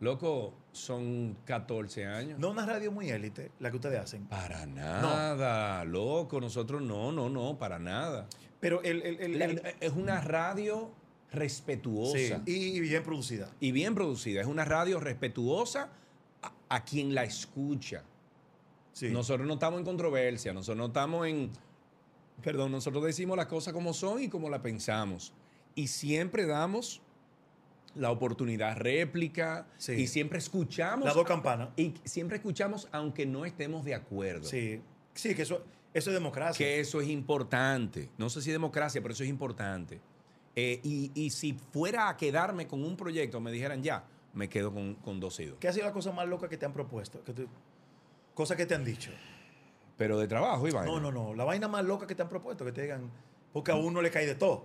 B: Loco, son 14 años.
A: No una radio muy élite, la que ustedes hacen.
B: Para nada, loco. Nosotros no, no, no, para nada.
A: Pero el... el- el-
B: La-
A: el-
B: es una radio respetuosa
A: Sí, y, y bien producida.
B: y bien producida. Es una radio respetuosa a, a quien la escucha.
A: Sí.
B: Nosotros no estamos en controversia, nosotros no estamos en... Perdón, nosotros decimos las cosas como son y como las pensamos. Y siempre damos la oportunidad réplica
A: Sí.
B: y siempre escuchamos...
A: Las dos campanas.
B: Y siempre escuchamos aunque no estemos de acuerdo.
A: Sí. Sí, que eso, eso es democracia.
B: Que eso es importante. No sé si democracia, pero eso es importante. Eh, y, y si fuera a quedarme con un proyecto, me dijeran ya, me quedo con, con dos y dos.
A: ¿Qué ha sido la cosa más loca que te han propuesto? Que tú- Cosas que te han dicho.
B: Pero de trabajo, Iván.
A: No, no, no. La vaina más loca que te han propuesto, que te digan, porque a uno le cae de todo.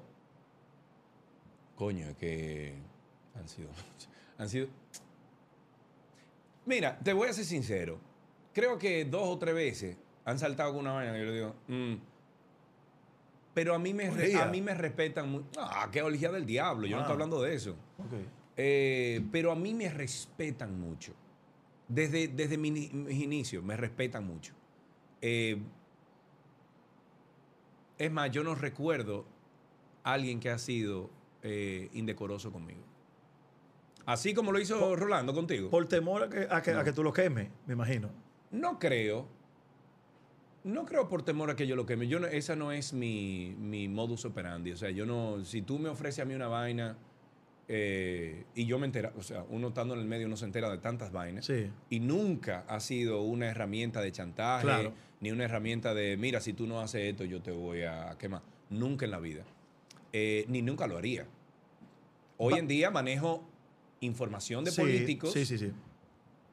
B: Coño, es que han sido. Han sido. Mira, te voy a ser sincero. Creo que dos o tres veces han saltado con una vaina que yo le digo. mm. Pero a mí me, re-
A: Orgía.
B: a mí me respetan mucho. Ah, qué orgía del diablo. Yo no
A: Ah.
B: estoy hablando de eso. Eh, pero a mí me respetan mucho. Desde, desde mi ni- mis inicios, me respetan mucho. Eh, es más, yo no recuerdo a alguien que ha sido eh, indecoroso conmigo. Así como lo hizo Rolando contigo.
A: Por temor a que, a que, a que tú lo quemes, me imagino.
B: No creo. No creo por temor a que yo lo queme. Yo no- esa no es mi, mi modus operandi. O sea, yo no. Si tú me ofreces a mí una vaina eh, y yo me entera, o sea, uno estando en el medio no se entera de tantas vainas.
A: Sí.
B: Y nunca ha sido una herramienta de chantaje,
A: Claro.
B: ni una herramienta de, mira, si tú no haces esto, yo te voy a quemar. Nunca en la vida. Eh, ni nunca lo haría. Hoy en día manejo información de
A: Sí,
B: políticos
A: Sí, sí, sí.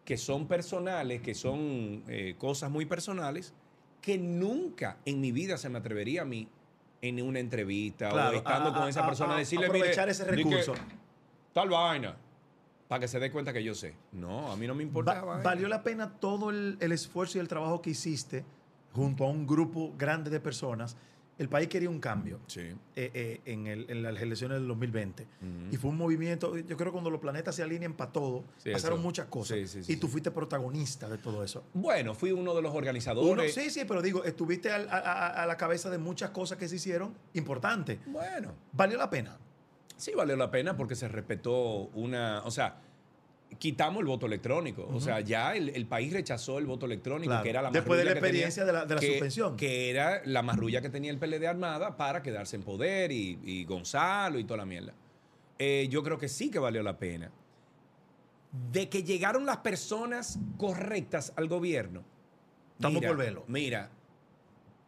B: que son personales, que son eh, cosas muy personales, que nunca en mi vida se me atrevería a mí en una entrevista
A: Claro,
B: o estando
A: a-
B: con
A: a-
B: esa
A: a-
B: persona
A: a-
B: decirle, mire,
A: aprovechar ese
B: di que
A: recurso.
B: tal vaina, para que se dé cuenta que yo sé. No, a mí no me importa.
A: Va-
B: la vaina.
A: valió la pena todo el, el esfuerzo y el trabajo que hiciste junto a un grupo grande de personas. El país quería un cambio
B: Sí.
A: eh, eh, en, el- en las elecciones del 2020.
B: Ujú.
A: Y fue un movimiento, yo creo que cuando los planetas se alinean para todo,
B: Mm. Sí,
A: pasaron
B: eso.
A: muchas cosas.
B: Sí, sí, sí,
A: y tú
B: sí.
A: fuiste protagonista de todo eso.
B: Bueno, fui uno de los
A: Uno,
B: organizadores.
A: sí, sí, pero digo, estuviste al- a, a- a la cabeza de muchas cosas que se hicieron importantes.
B: Bueno,
A: ¿Valió la pena?
B: sí valió la pena porque se respetó una, o sea, quitamos el voto electrónico. O sea, ya el, el país rechazó el voto electrónico,
A: Claro.
B: que era la
A: Después de la
B: marrulla que
A: experiencia de la- de la
B: que-
A: suspensión.
B: Que era la marrulla que tenía el PLD armada para quedarse en poder y, y Gonzalo y toda la mierda. Eh, yo creo que sí que valió la pena. De que llegaron las personas correctas al gobierno.
A: Estamos
B: Mira,
A: por verlo.
B: Mira,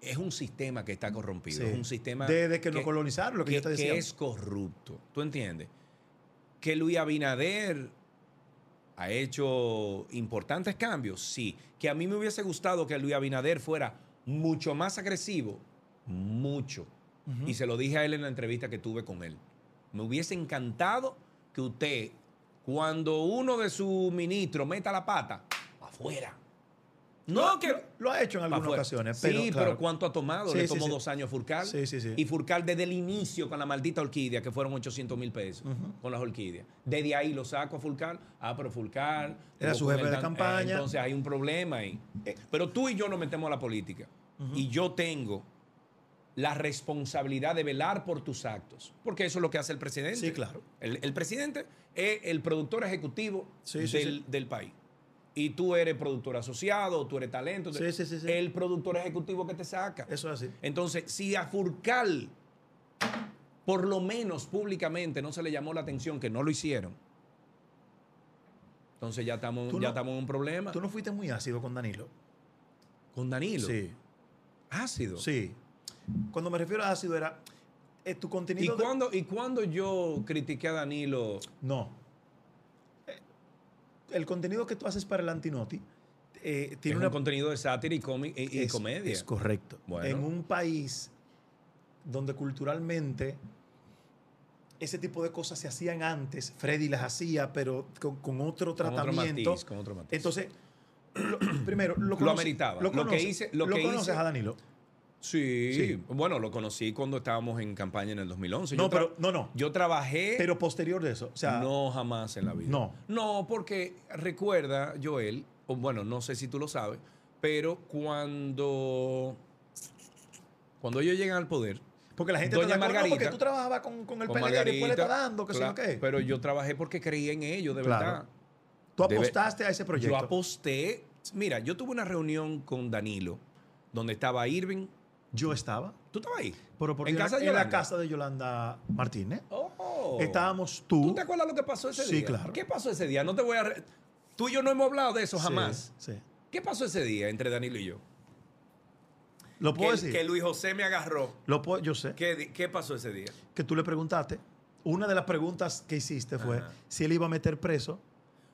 B: es un sistema que está corrompido.
A: Sí.
B: Es un sistema.
A: Desde que nos colonizaron, lo que yo te decía.
B: es corrupto. ¿Tú entiendes? Que Luis Abinader ha hecho importantes cambios, sí. Que a mí me hubiese gustado que Luis Abinader fuera mucho más agresivo, mucho. Y se lo dije a él en la entrevista que tuve con él. Me hubiese encantado que usted, cuando uno de sus ministros meta la pata, afuera. No, que.
A: Lo ha hecho en algunas
B: Afuera.
A: ocasiones.
B: Sí,
A: Pero,
B: pero,
A: claro.
B: ¿cuánto ha tomado?
A: Sí,
B: Le
A: sí,
B: tomó
A: sí.
B: dos años a Furcal.
A: Sí, sí, sí.
B: Y Furcal desde el inicio con la maldita orquídea, que fueron 800 mil pesos con las orquídeas. Desde ahí lo saco a Furcal. Ah, pero Furcal.
A: Era su
B: tuvo
A: jefe de
B: comentan-
A: campaña.
B: entonces hay un problema ahí. Eh, Pero tú y yo nos metemos a la política. Y yo tengo la responsabilidad de velar por tus actos. Porque eso es lo que hace el presidente.
A: Sí, claro.
B: El, el presidente es el productor ejecutivo
A: Sí,
B: del,
A: sí, sí.
B: del país. Y tú eres productor asociado, tú eres talento.
A: Sí, sí, sí, sí.
B: El productor ejecutivo que te saca.
A: Eso es así.
B: Entonces, si a Furcal, por lo menos públicamente, no se le llamó la atención, que no lo hicieron, entonces ya estamos,
A: Tú
B: ya
A: no-
B: estamos en un problema.
A: Tú no fuiste muy ácido con Danilo.
B: Con Danilo.
A: Sí.
B: Ácido.
A: Sí. Cuando me refiero a ácido era eh, tu
B: ¿Y
A: contenido. de-
B: cuando, ¿Y cuando yo critiqué a Danilo?
A: No. Eh, El contenido que tú haces para el Antinoti eh,
B: Tiene
A: tiene una
B: un contenido de sátira y, comi- y, y
A: es-
B: comedia.
A: Es correcto.
B: Bueno.
A: En un país donde culturalmente ese tipo de cosas se hacían antes, Freddy las hacía, pero con, con otro
B: Con otro
A: tratamiento.
B: matiz, con otro matiz.
A: Entonces, lo- primero, lo,
B: Lo ameritaba. Lo que hice- lo que
A: conoces
B: hice-
A: a Danilo.
B: Sí,
A: Sí.
B: bueno, lo conocí cuando estábamos en campaña en el 2011.
A: No,
B: Yo tra-
A: pero- no, no.
B: Yo trabajé,
A: Pero posterior de eso, o sea,
B: no jamás en la vida.
A: No.
B: No, porque recuerda, Joel, o bueno, no sé si tú lo sabes, pero cuando, cuando ellos llegan al poder,
A: porque la gente
B: Doña
A: te da cuenta, no, porque
B: Margarita.
A: tú trabajabas con, con el
B: con
A: PLD y después le
B: Margarita,
A: está dando, que sé
B: claro,
A: yo qué.
B: pero yo trabajé porque creía en ellos, de
A: Claro.
B: verdad.
A: Tú
B: debe-
A: apostaste a ese proyecto.
B: Yo aposté. Mira, yo tuve una reunión con Danilo, donde estaba Irving.
A: Yo estaba.
B: ¿Tú estabas ahí?
A: Pero porque
B: ¿En
A: yo era-
B: casa de
A: en la
B: Yolanda?
A: casa de Yolanda Martínez.
B: Oh.
A: Estábamos
B: ¿Tú te acuerdas lo que pasó ese
A: Sí,
B: día?
A: claro.
B: ¿Qué pasó ese día? No te voy a. re- Tú y yo no hemos hablado de eso
A: Sí,
B: jamás.
A: sí.
B: ¿Qué pasó ese día entre Danilo y yo?
A: Lo puedo
B: Que,
A: decir.
B: que Luis José me agarró.
A: Lo puedo- yo sé
B: ¿Qué, di- qué pasó ese día?
A: que tú le preguntaste. Una de las preguntas que hiciste fue
B: Ajá.
A: si él iba a meter preso.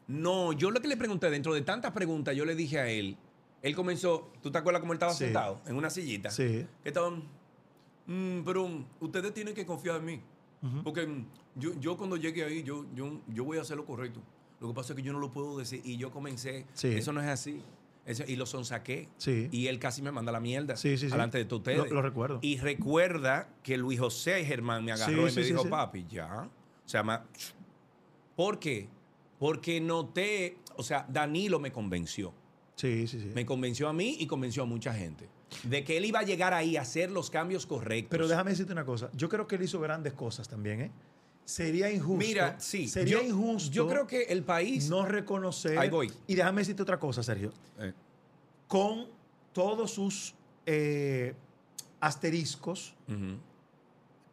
B: No, yo lo que le pregunté, dentro de tantas preguntas, yo le dije a él. Él comenzó, ¿tú te acuerdas cómo él estaba
A: Sí.
B: sentado? En una sillita.
A: Sí.
B: que estaban, "Mm, pero mm, ustedes tienen que confiar en mí, porque mm, yo, yo cuando llegue ahí, yo, yo, yo voy a hacer lo correcto. Lo que pasa es que yo no lo puedo decir y yo comencé,
A: Sí.
B: eso no es así. Eso- y lo sonsaqué.
A: Sí.
B: Y él casi me manda la mierda.
A: Sí, sí, sí.
B: Delante de todos ustedes.
A: Lo- lo recuerdo.
B: Y recuerda que Luis José y Germán me
A: Sí,
B: agarró y
A: sí,
B: me
A: sí,
B: dijo,
A: sí.
B: papi, ya. O sea, ma- ¿por qué? Porque noté, o sea, Danilo me convenció.
A: Sí, sí, sí.
B: Me convenció a mí y convenció a mucha gente de que él iba a llegar ahí a hacer los cambios correctos.
A: Pero déjame decirte una cosa. Yo creo que él hizo grandes cosas también, ¿eh? Sería injusto.
B: Mira, sí.
A: Sería
B: yo,
A: injusto.
B: Yo creo que el país.
A: no reconocer.
B: Ahí voy.
A: Y déjame decirte otra cosa, Sergio.
B: Eh,
A: Con todos sus eh, asteriscos,
B: ujú.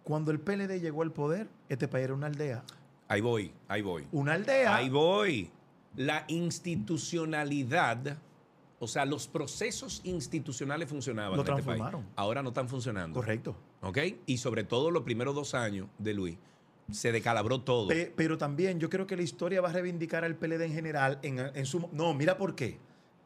A: cuando el PLD llegó al poder, este país era una aldea.
B: Ahí voy, ahí voy.
A: Una aldea.
B: Ahí voy. La institucionalidad, o sea, los procesos institucionales
A: Lo
B: funcionaban. en este país.
A: transformaron.
B: Ahora no están funcionando.
A: Correcto.
B: ¿Ok? Y sobre todo los primeros dos años de Luis, se decalabró todo.
A: Pe- pero también yo creo que la historia va a reivindicar al PLD en general en, en su... No, mira por qué.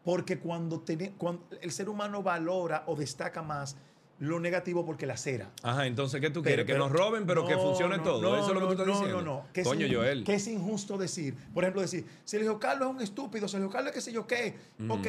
A: Porque cuando, tiene- cuando el ser humano valora o destaca más lo negativo porque la cera.
B: Ajá, entonces, ¿qué tú
A: Pero-
B: quieres? que
A: pero-
B: nos roben, pero que
A: No,
B: funcione
A: no,
B: todo.
A: no,
B: Eso es lo que tú
A: no,
B: estás
A: no,
B: diciendo.
A: No, no, que es
B: Coño,
A: in-
B: Joel.
A: Que es injusto decir. Por ejemplo, decir, Sergio Carlos es un estúpido, Sergio Carlos que sé yo qué.
B: Mm.
A: Ok,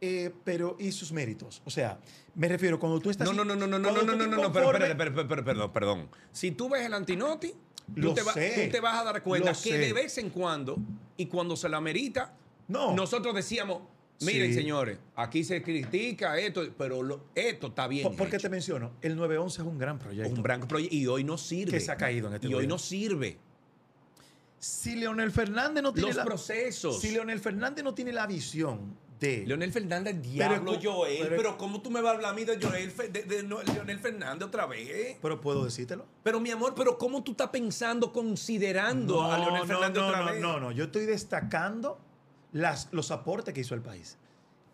A: eh, pero ¿y sus méritos? O sea, me refiero, cuando tú estás...
B: No, no, no, no, no, no,
A: cuando
B: no, no,
A: tú te
B: no, no, no, pero
A: inconformes-
B: espérate, per- per- per- perdón, perdón. Si tú ves el antinoti, tú
A: Lo
B: te, va-
A: sé,
B: tú te vas a dar cuenta
A: lo
B: que
A: sé.
B: de vez en cuando, y cuando se lo amerita,
A: No.
B: nosotros decíamos, miren,
A: Sí.
B: señores, aquí se critica esto, pero lo- esto está bien.
A: Po- Porque
B: hecho".
A: te menciono, el 911 es un gran proyecto.
B: un blanco proyecto y hoy no sirve.
A: Que se ha caído en este
B: Y hoy
A: gobierno.
B: no sirve.
A: Si Leonel Fernández no tiene
B: Los
A: la
B: procesos.
A: Si Leonel Fernández no tiene la visión de
B: Leonel Fernández, diablo,
A: cu-
B: Joel, pero,
A: pero-
B: ¿cómo tú me vas a hablar a mí de, Joel, Fe- de- de no- Leonel Fernández otra vez?
A: pero puedo decírtelo.
B: Pero mi amor, pero ¿cómo tú estás pensando, considerando a Leonel Fernández
A: no,
B: otra
A: no,
B: vez?
A: no, no, yo estoy destacando las, los aportes que hizo el país.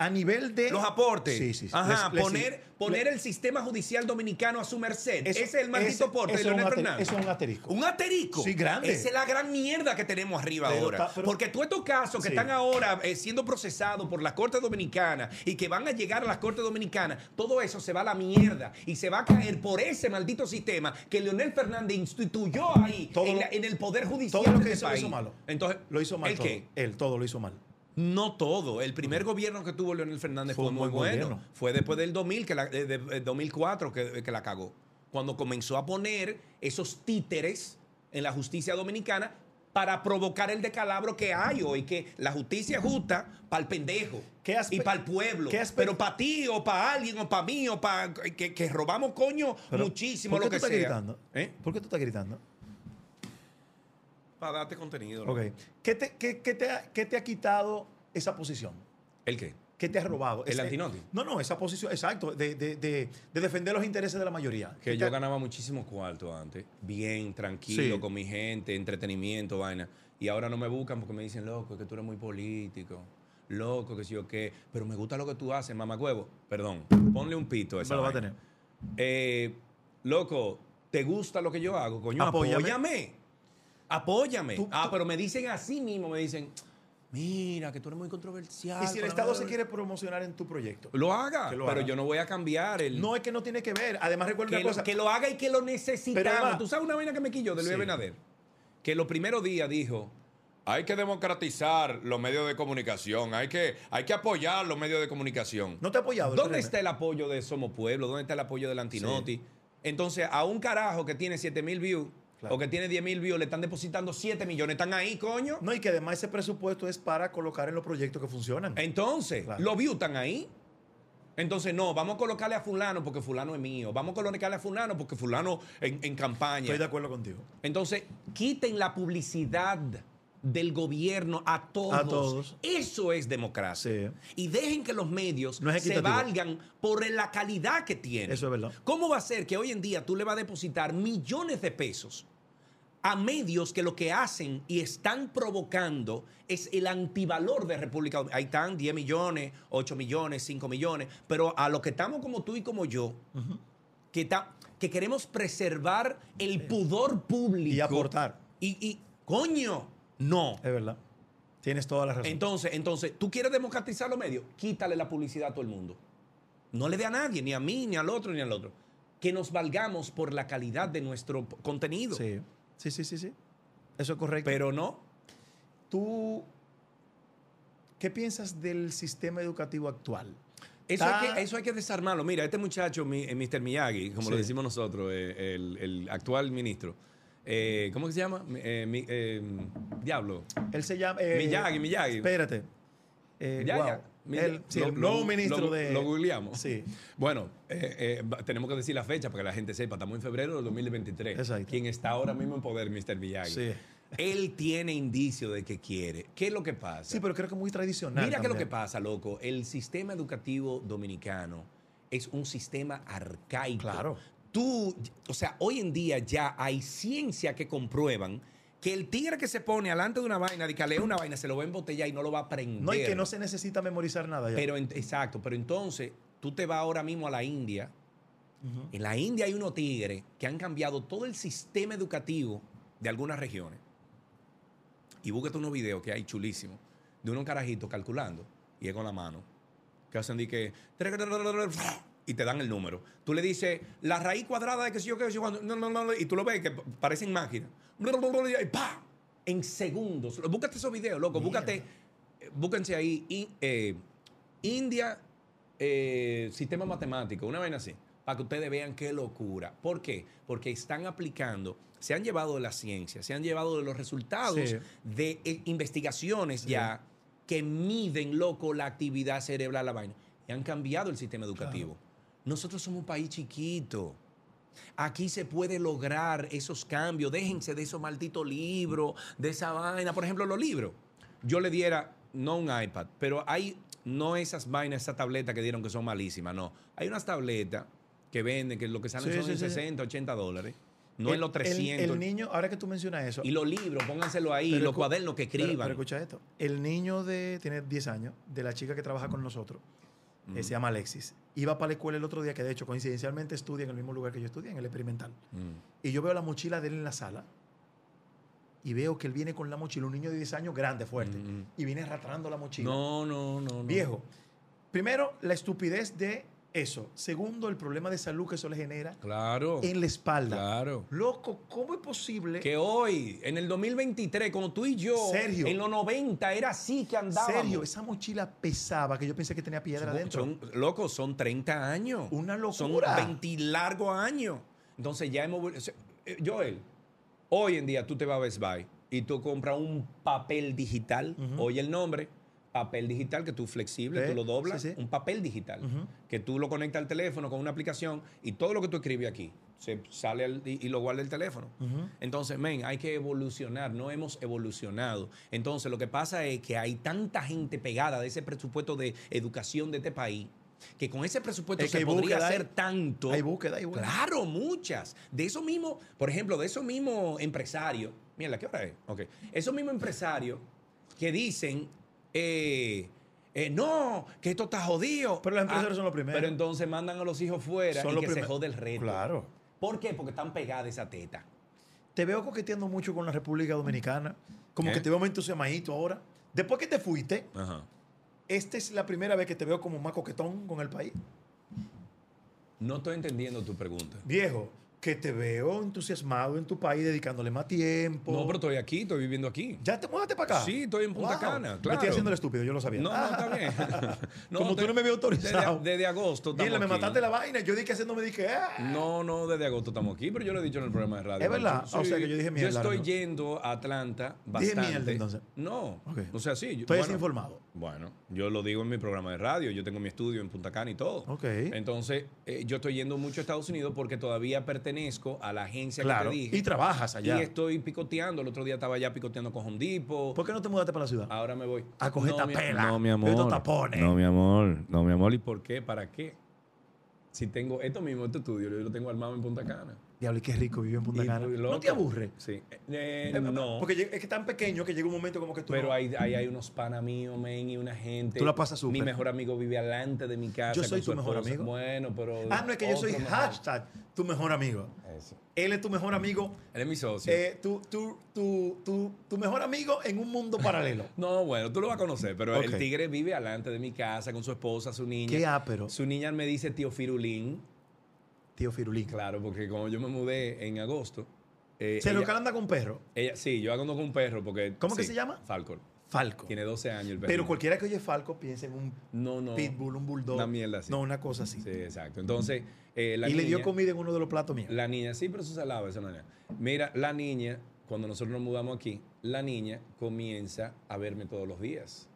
A: A nivel de
B: Los aportes.
A: Sí, sí, sí.
B: Ajá,
A: Les- les-
B: poner,
A: les-
B: poner el sistema judicial dominicano a su merced.
A: Eso-
B: ese es el maldito
A: ese-
B: aporte de
A: eso es un
B: Leonel
A: ateri-
B: Fernández.
A: eso es un asterisco.
B: Un asterisco.
A: Sí, grande.
B: Esa es la gran mierda que tenemos arriba
A: Pero
B: ahora.
A: ta- pero-
B: Porque todos estos casos
A: Sí.
B: que están ahora eh, siendo procesados por la Corte Dominicana y que van a llegar a la Corte Dominicana, todo eso se va a la mierda y se va a caer por ese maldito sistema que Leonel Fernández instituyó ahí
A: Todo
B: en,
A: lo-
B: la- en el Poder Judicial.
A: todo lo
B: de
A: que
B: este
A: hizo, lo hizo
B: país.
A: malo.
B: Entonces,
A: lo hizo mal
B: ¿El
A: todo.
B: qué?
A: Él todo lo hizo mal.
B: No todo. El primer gobierno que tuvo Leonel Fernández fue, muy bueno.
A: gobierno.
B: Fue después del 2000, que la- eh, de- eh, 2004 que, que la cagó. Cuando comenzó a poner esos títeres en la justicia dominicana para provocar el decalabro que hay hoy, que la justicia es justa para el pendejo
A: ¿Qué aspe-
B: y para el pueblo.
A: qué aspe-
B: pero para ti o para alguien o para mí o para... Que, que robamos coño
A: Pero,
B: muchísimo
A: ¿por qué
B: lo
A: tú
B: que
A: estás
B: sea.
A: gritando?
B: ¿Eh?
A: ¿Por qué tú estás gritando?
B: Para darte contenido. ¿no?
A: Ok. ¿Qué te, qué- qué te ha, qué te ha quitado esa posición?
B: ¿El qué?
A: ¿Qué te ha robado?
B: El
A: Ese-
B: antinoti.
A: No, no, esa posición, exacto, de, de- de- de defender los intereses de la mayoría.
B: Que
A: ¿Qué
B: yo
A: te-
B: ganaba muchísimo cuarto antes. Bien, tranquilo,
A: Sí.
B: con mi gente, entretenimiento, vaina. Y ahora no me buscan porque me dicen, loco, es que tú eres muy político. Loco, que sí o qué. Pero me gusta lo que tú haces, mamagüevo. Perdón, ponle un pito a esa
A: Me lo va a
B: vaina.
A: tener.
B: Eh, loco, ¿te gusta lo que yo hago? Coño,
A: Apóyame.
B: apóyame. Apóyame.
A: Tú-
B: ah,
A: tú-
B: pero me dicen así mismo, me dicen, mira, que tú eres muy controversial.
A: Y si el
B: para-
A: Estado se quiere promocionar en tu proyecto,
B: Lo haga,
A: Que lo
B: pero
A: haga.
B: yo no voy a cambiar el...
A: no es que no tiene que ver. Además, recuerda
B: que,
A: una
B: lo-
A: cosa.
B: que lo haga y que lo necesitamos.
A: Eva-
B: Tú sabes una vaina que me quilló de Luis
A: Sí.
B: Abinader, que los primeros días dijo, hay que democratizar los medios de comunicación, hay que, hay que apoyar los medios de comunicación.
A: no te ha apoyado. el
B: ¿Dónde
A: PRM.
B: está el apoyo de Somos Pueblo? ¿Dónde está el apoyo del Antinoti? Entonces, a un carajo que tiene 7 mil views
A: Claro.
B: o que tiene 10 mil views, le están depositando 7 millones. ¿Están ahí, coño?
A: No, y que además ese presupuesto es para colocar en los proyectos que funcionan.
B: Entonces,
A: Claro.
B: los views están ahí. Entonces, no, vamos a colocarle a fulano porque fulano es mío. Vamos a colocarle a fulano porque fulano en, en campaña.
A: Estoy de acuerdo contigo.
B: Entonces, quiten la publicidad del gobierno a todos.
A: A todos.
B: Eso es democracia.
A: Sí.
B: Y dejen que los medios
A: No es
B: se
A: equitativo.
B: valgan por la calidad que tienen.
A: Eso es verdad.
B: ¿Cómo va a ser que hoy en día tú le vas a depositar millones de pesos a medios que lo que hacen y están provocando es el antivalor de República Dominicana. Ahí están 10 millones, 8 millones, 5 millones, pero a los que estamos como tú y como yo, que, ta- que queremos preservar el pudor público.
A: Y aportar.
B: Y, y, coño, no.
A: Es verdad. Tienes toda la razón.
B: Entonces, entonces, ¿tú quieres democratizar los medios? Quítale la publicidad a todo el mundo. No le dé a nadie, ni a mí, ni al otro, ni al otro. Que nos valgamos por la calidad de nuestro p- contenido.
A: sí. sí, sí, sí, sí. Eso es correcto.
B: Pero no,
A: tú, ¿qué piensas del sistema educativo actual?
B: Eso, hay
A: Está-
B: que, eso hay que desarmarlo. Mira, este muchacho, mi- eh, Mr. Miyagi, como lo
A: Sí.
B: decimos nosotros, eh, el, el actual ministro. eh, ¿Cómo que se llama? Mi- eh, mi- eh, diablo.
A: Él se llama... eh,
B: Miyagi, Miyagi.
A: Espérate. Eh,
B: Ya,
A: wow.
B: ya. Mira,
A: El, sí,
B: lo-
A: el
B: lo-
A: nuevo ministro
B: lo-
A: de...
B: Lo googleamos.
A: Sí.
B: Bueno, eh, eh, va- tenemos que decir la fecha para que la gente sepa. Estamos en febrero del 2023.
A: Exacto.
B: Quien está ahora mismo en poder, Mr. Miyagi.
A: Sí.
B: Él tiene indicio de que quiere. ¿Qué es lo que pasa?
A: Sí, pero creo que muy tradicional.
B: Mira qué es lo que
A: también.
B: pasa, loco. El sistema educativo dominicano es un sistema arcaico.
A: Claro.
B: Tú, o sea, hoy en día ya hay ciencia que comprueban que el tigre que se pone alante de una vaina, de que lee una vaina, se lo va a embotellar y no lo va a aprender.
A: No, y que no se necesita memorizar nada ya.
B: Pero en- exacto, pero entonces tú te vas ahora mismo a la India. En la India hay unos tigres que han cambiado todo el sistema educativo de algunas regiones. Y búscate unos videos que hay chulísimos de unos carajitos calculando y es con la mano. Que hacen de que. Y te dan el número. Tú le dices la raíz cuadrada de que si yo, que si yo, cuando. No, no, no. Y tú lo ves que parecen máquinas. Y ¡pa! En segundos. Búscate esos videos, loco. Búscate. eh, Búsquense ahí. in- eh, India, eh, sistema matemático, una vaina así, para que ustedes vean qué locura. ¿Por qué? Porque están aplicando, se han llevado de la ciencia, se han llevado de los resultados
A: Sí.
B: de eh, investigaciones ya que miden, loco, la actividad cerebral, la vaina. Y han cambiado el sistema educativo. Nosotros somos un país chiquito. Aquí se puede lograr esos cambios. Déjense de esos malditos libros, de esa vaina. Por ejemplo, los libros. Yo le diera, no un iPad, pero hay no esas vainas, esas tabletas que dieron que son malísimas, no. Hay unas tabletas que venden, que lo que salen
A: Sí,
B: son
A: sí,
B: en
A: sí, sí.
B: 60, 80 dólares. No
A: El-
B: en los
A: el-
B: 300.
A: El, niño, ahora que tú mencionas eso...
B: y los libros, pónganselo ahí,
A: Pero
B: los
A: escu-
B: cuadernos que
A: pero-
B: escriban.
A: Pero, escucha esto. El niño de... Tiene 10 años, de la chica que trabaja con nosotros,
B: Mm.
A: eh, se llama Alexis. Iba para la escuela el otro día, que de hecho coincidencialmente estudia en el mismo lugar que yo estudié, en el experimental.
B: Mm.
A: Y yo veo la mochila de él en la sala. Y veo que él viene con la mochila, un niño de 10 años grande, fuerte.
B: Mm.
A: Y viene arrastrando la mochila.
B: No, no, no, no.
A: Viejo. Primero, la estupidez de Eso. Segundo, el problema de salud que eso le genera
B: Claro.
A: en la espalda.
B: Claro.
A: Loco, ¿cómo es posible?
B: Que hoy, en el 2023, como tú y yo,
A: Sergio.
B: en los 90, era así que andábamos.
A: Sergio, esa mochila pesaba que yo pensé que tenía piedra
B: Son-
A: adentro.
B: Son, loco, son 30 años.
A: Una locura.
B: Son 20 largos años. Entonces ya hemos... vuel- o sea, eh, Joel, hoy en día tú te vas a Best Buy y tú compras un papel digital, oye el nombre, papel digital que tú flexible,
A: Sí,
B: tú lo doblas,
A: sí, sí.
B: un papel digital,
A: Ujú.
B: que tú lo conectas al teléfono con una aplicación y todo lo que tú escribes aquí se sale al- y, y lo guarda el teléfono.
A: Ujú.
B: Entonces, men, hay que evolucionar, no hemos evolucionado. Entonces, lo que pasa es que hay tanta gente pegada de ese presupuesto de educación de este país que con ese presupuesto
A: Es que
B: se
A: hay
B: podría
A: búsqueda,
B: hacer
A: hay-
B: tanto.
A: hay búsqueda, hay búsqueda.
B: Claro, muchas. De esos mismos, por ejemplo, de esos mismos empresarios. Mira, ¿qué hora es? Ok. Esos mismos empresarios que dicen, eh, eh, no, que esto está jodido. Ah,
A: Pero los empresarios son los primeros.
B: Pero entonces mandan a los hijos fuera
A: Son
B: y
A: los
B: que se
A: primeros.
B: jode el reto.
A: Claro.
B: ¿Por qué? Porque están pegadas a esa teta.
A: Te veo coqueteando mucho con la República Dominicana. Como
B: ¿Eh?
A: que te veo más entusiasmadito ahora. Después que te fuiste,
B: Ajá.
A: esta es la primera vez que te veo como más coquetón con el país.
B: No estoy entendiendo tu pregunta.
A: Viejo, que te veo entusiasmado en tu país, dedicándole más tiempo.
B: No, pero estoy aquí, estoy viviendo aquí.
A: ¿Ya te muévate para acá?
B: Sí, estoy en Punta
A: Wow.
B: Cana,
A: Me estoy
B: claro.
A: haciendo el estúpido, yo lo sabía.
B: No, no,
A: Ah,
B: está bien.
A: Como tú no me habías autorizado.
B: Desde, desde agosto estamos
A: Dile, me
B: aquí.
A: mataste la vaina. Yo dije haciéndome, dije, ¡ah!
B: No, no, desde agosto estamos aquí, pero yo lo he dicho en el programa de radio.
A: Es verdad.
B: Sí,
A: O sea, que yo dije mierda,
B: Yo estoy
A: ¿no?
B: yendo a Atlanta
A: Dije
B: bastante.
A: mierda, entonces.
B: No,
A: Ok.
B: o sea, sí. yo-
A: Estoy
B: bueno,
A: desinformado.
B: Bueno, yo lo digo en mi programa de radio, yo tengo mi estudio en Punta Cana y todo.
A: Ok.
B: Entonces, eh, yo estoy yendo mucho a Estados Unidos porque todavía pertenezco a la agencia
A: Claro.
B: que te dije.
A: Y trabajas allá.
B: Y estoy picoteando. El otro día estaba allá picoteando con Home Depot.
A: ¿Por qué no te mudaste para la ciudad?
B: Ahora me voy.
A: A coger esta
B: mi-
A: pela.
B: No, mi
A: Estos
B: amor.
A: tapones.
B: No, mi amor. No, mi amor. ¿Y por qué? ¿Para qué? Si tengo esto mismo, este estudio, yo lo tengo armado en Punta Cana.
A: Diablo, y qué rico vivir en Punta
B: Y
A: Cana.
B: muy loco.
A: ¿No te aburre?
B: Sí. Eh, eh, no.
A: Porque llega- es que tan pequeño que llega un momento como que tú.
B: Pero
A: no-
B: ahí hay, hay unos panas míos, men, y una gente.
A: Tú la pasas súper.
B: Mi mejor amigo vive adelante de mi casa.
A: Yo soy
B: con su
A: tu mejor
B: esposa.
A: amigo.
B: Bueno, pero.
A: Ah, no, es que yo soy
B: otro mejor.
A: hashtag tu mejor amigo.
B: Eso.
A: Él es tu mejor amigo.
B: Él es mi socio.
A: eh, tu, tu, tu, tu, tu mejor amigo en un mundo paralelo.
B: No, bueno, tú lo vas a conocer, pero
A: Ok.
B: el tigre vive adelante de mi casa con su esposa, su niña.
A: Qué ápero.
B: Su niña me dice tío Firulín.
A: Tío Firulín.
B: Claro, porque como yo me mudé en agosto. eh,
A: Se lo
B: ella-
A: anda con perro.
B: ella- Sí, yo ando con un perro porque.
A: ¿Cómo que
B: sí,
A: se llama?
B: Falcon.
A: Falco.
B: Tiene 12 años el perro.
A: Pero cualquiera que oye Falco piensa en un
B: No, no.
A: pitbull, un bulldog.
B: Una mierda así.
A: No, una cosa así.
B: Sí, exacto. Entonces, eh, la
A: y le dio
B: niña-
A: comida en uno de los platos míos.
B: La niña, sí, pero eso se lava esa manera. Mira, la niña, cuando nosotros nos mudamos aquí, la niña comienza a verme todos los días.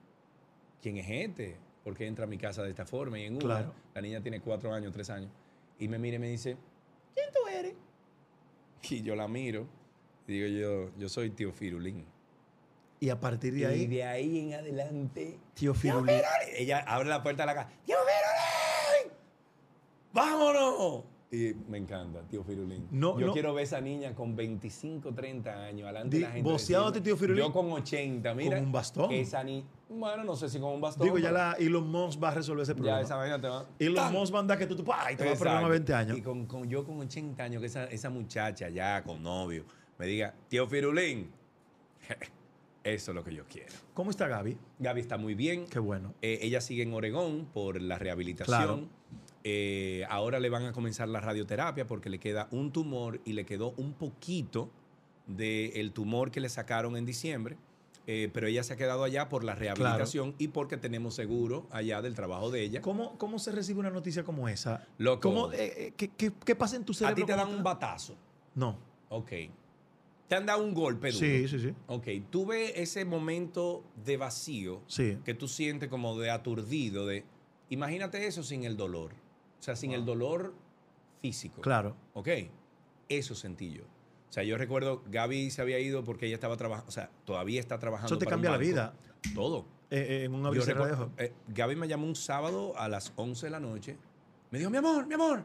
B: ¿Quién es este? ¿Por qué entra a mi casa de esta forma? Y en una,
A: Claro.
B: la niña tiene cuatro años, tres años, y me mira y me dice, ¿quién tú eres? Y yo la miro y digo yo, yo soy tío Firulín.
A: Y a partir de
B: Y
A: ahí,
B: de ahí en adelante,
A: tío
B: ¡Tío
A: Firulín.
B: Firulín! Ella abre la puerta de la casa, ¡Tío Firulín! ¡Vámonos! Y me encanta, tío Firulín.
A: No,
B: yo
A: no.
B: quiero ver a esa niña con 25, 30 años, adelante de
A: Di-
B: la gente.
A: voceado
B: decirme,
A: de tío Firulín.
B: Yo con 80, mira.
A: Con un bastón.
B: Esa niña. Bueno, no sé si con un bastón.
A: Digo, ya
B: pero
A: la Elon Musk va a resolver ese
B: Ya
A: problema.
B: esa vaina te va.
A: Elon
B: ¡Tan!
A: Musk va a andar que tú, tú ¡ay! te va a
B: Exacto.
A: programa 20 años.
B: Y con, con- yo con 80 años, que esa, esa muchacha ya con novio me diga, tío Firulín, eso es lo que yo quiero.
A: ¿Cómo está Gaby?
B: Gaby está muy bien.
A: Qué bueno.
B: Eh, ella sigue en Oregón por la rehabilitación.
A: Claro.
B: Eh, ahora le van a comenzar la radioterapia porque le queda un tumor y le quedó un poquito del tumor que le sacaron en diciembre. Eh, pero ella se ha quedado allá por la rehabilitación y porque tenemos seguro allá del trabajo de ella.
A: ¿Cómo, ¿Cómo se recibe una noticia como esa?
B: Loco.
A: ¿Cómo, eh, eh, qué, qué- qué pasa en tu
B: A
A: cerebro?
B: ti te dan
A: cuando
B: un batazo.
A: No.
B: Ok. Te han dado un golpe duro.
A: Sí, sí, sí.
B: Ok. Tuve ese momento de vacío
A: Sí.
B: que tú sientes como de aturdido, de imagínate eso sin el dolor, o sea, sin el dolor físico.
A: Claro.
B: ¿Ok? Eso sentí yo. O sea, yo recuerdo, Gaby se había ido porque ella estaba trabajando, o sea, todavía está trabajando.
A: Eso te
B: para un
A: cambia la vida.
B: banco. Todo.
A: Eh, eh, en un abrir
B: Yo
A: y cerrar de
B: recuerdo-
A: ojos.
B: eh, Gaby me llamó un sábado a las 11 de la noche. Me dijo, mi amor, mi amor,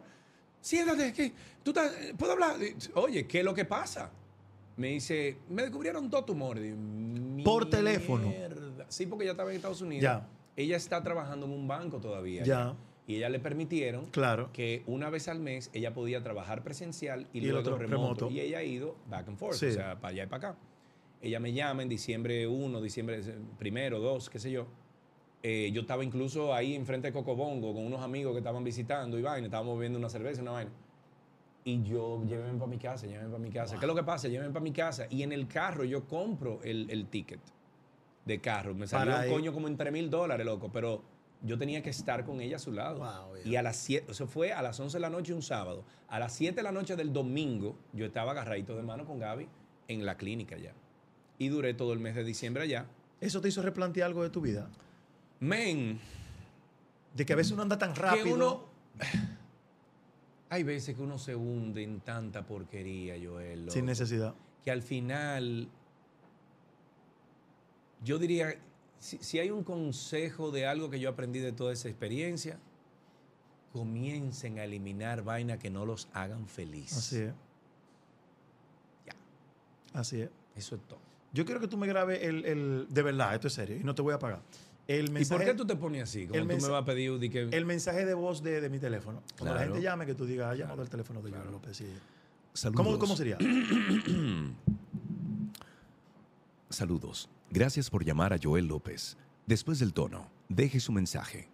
B: siéntate, que ¿Tú estás- eh, ¿Puedo hablar? Eh, Oye, ¿qué es lo que pasa? Me dice, me descubrieron dos tumores. Digo,
A: Por teléfono.
B: "Mierda". Sí, porque ella estaba en Estados Unidos.
A: Ya.
B: Ella está trabajando en un banco todavía.
A: Ya.
B: Y ella le permitieron
A: Claro.
B: que una vez al mes ella podía trabajar presencial y,
A: Y el
B: luego
A: otro remoto.
B: remoto. Y ella ha ido back and forth,
A: Sí.
B: o sea, para allá eh, y para acá. Ella me llama en diciembre 1, diciembre primero, 2, qué sé yo. eh, yo estaba incluso ahí enfrente de Cocobongo con unos amigos que estaban visitando y vaina, estábamos bebiendo una cerveza, una vaina. Y yo, llévenme para mi casa, llévenme para mi casa. ¿Qué es lo que pasa? Llévenme para mi casa. Y en el carro yo compro el, el ticket de carro. Me salió
A: Para
B: un
A: ir.
B: coño como entre mil dólares, loco. Pero yo tenía que estar con ella a su lado.
C: Wow, ya.
B: y a las 7, eso fue a las 11 de la noche un sábado. A las 7 de la noche del domingo yo estaba agarradito de mano con Gaby en la clínica ya. Y duré todo el mes de diciembre allá.
A: ¿Eso te hizo replantear algo de tu vida?
B: Men,
A: De que a veces uno anda tan rápido.
B: que uno. Hay veces que uno se hunde en tanta porquería, Joel. loco,
A: Sin necesidad.
B: que al final. Yo diría. Si, si hay un consejo de algo que yo aprendí de toda esa experiencia, comiencen a eliminar vainas que no los hagan felices.
A: Así es.
B: Ya.
A: Así es.
B: Eso es todo.
A: Yo quiero que tú me grabes el, el- De verdad, esto es serio. Y no te voy a pagar. El
B: ¿Y por
A: mensaje,
B: qué tú te pones así? Como
A: el
B: tú me
A: mensa-
B: vas a pedir di que-
A: el mensaje de voz de, de mi teléfono. Cuando la
B: Claro.
A: gente llame, que tú digas, ha llamado el teléfono de Joel López. sí. ¿Cómo,
E: Saludos.
A: ¿Cómo sería?
E: Saludos. Gracias por llamar a Joel López. Después del tono, deje su mensaje.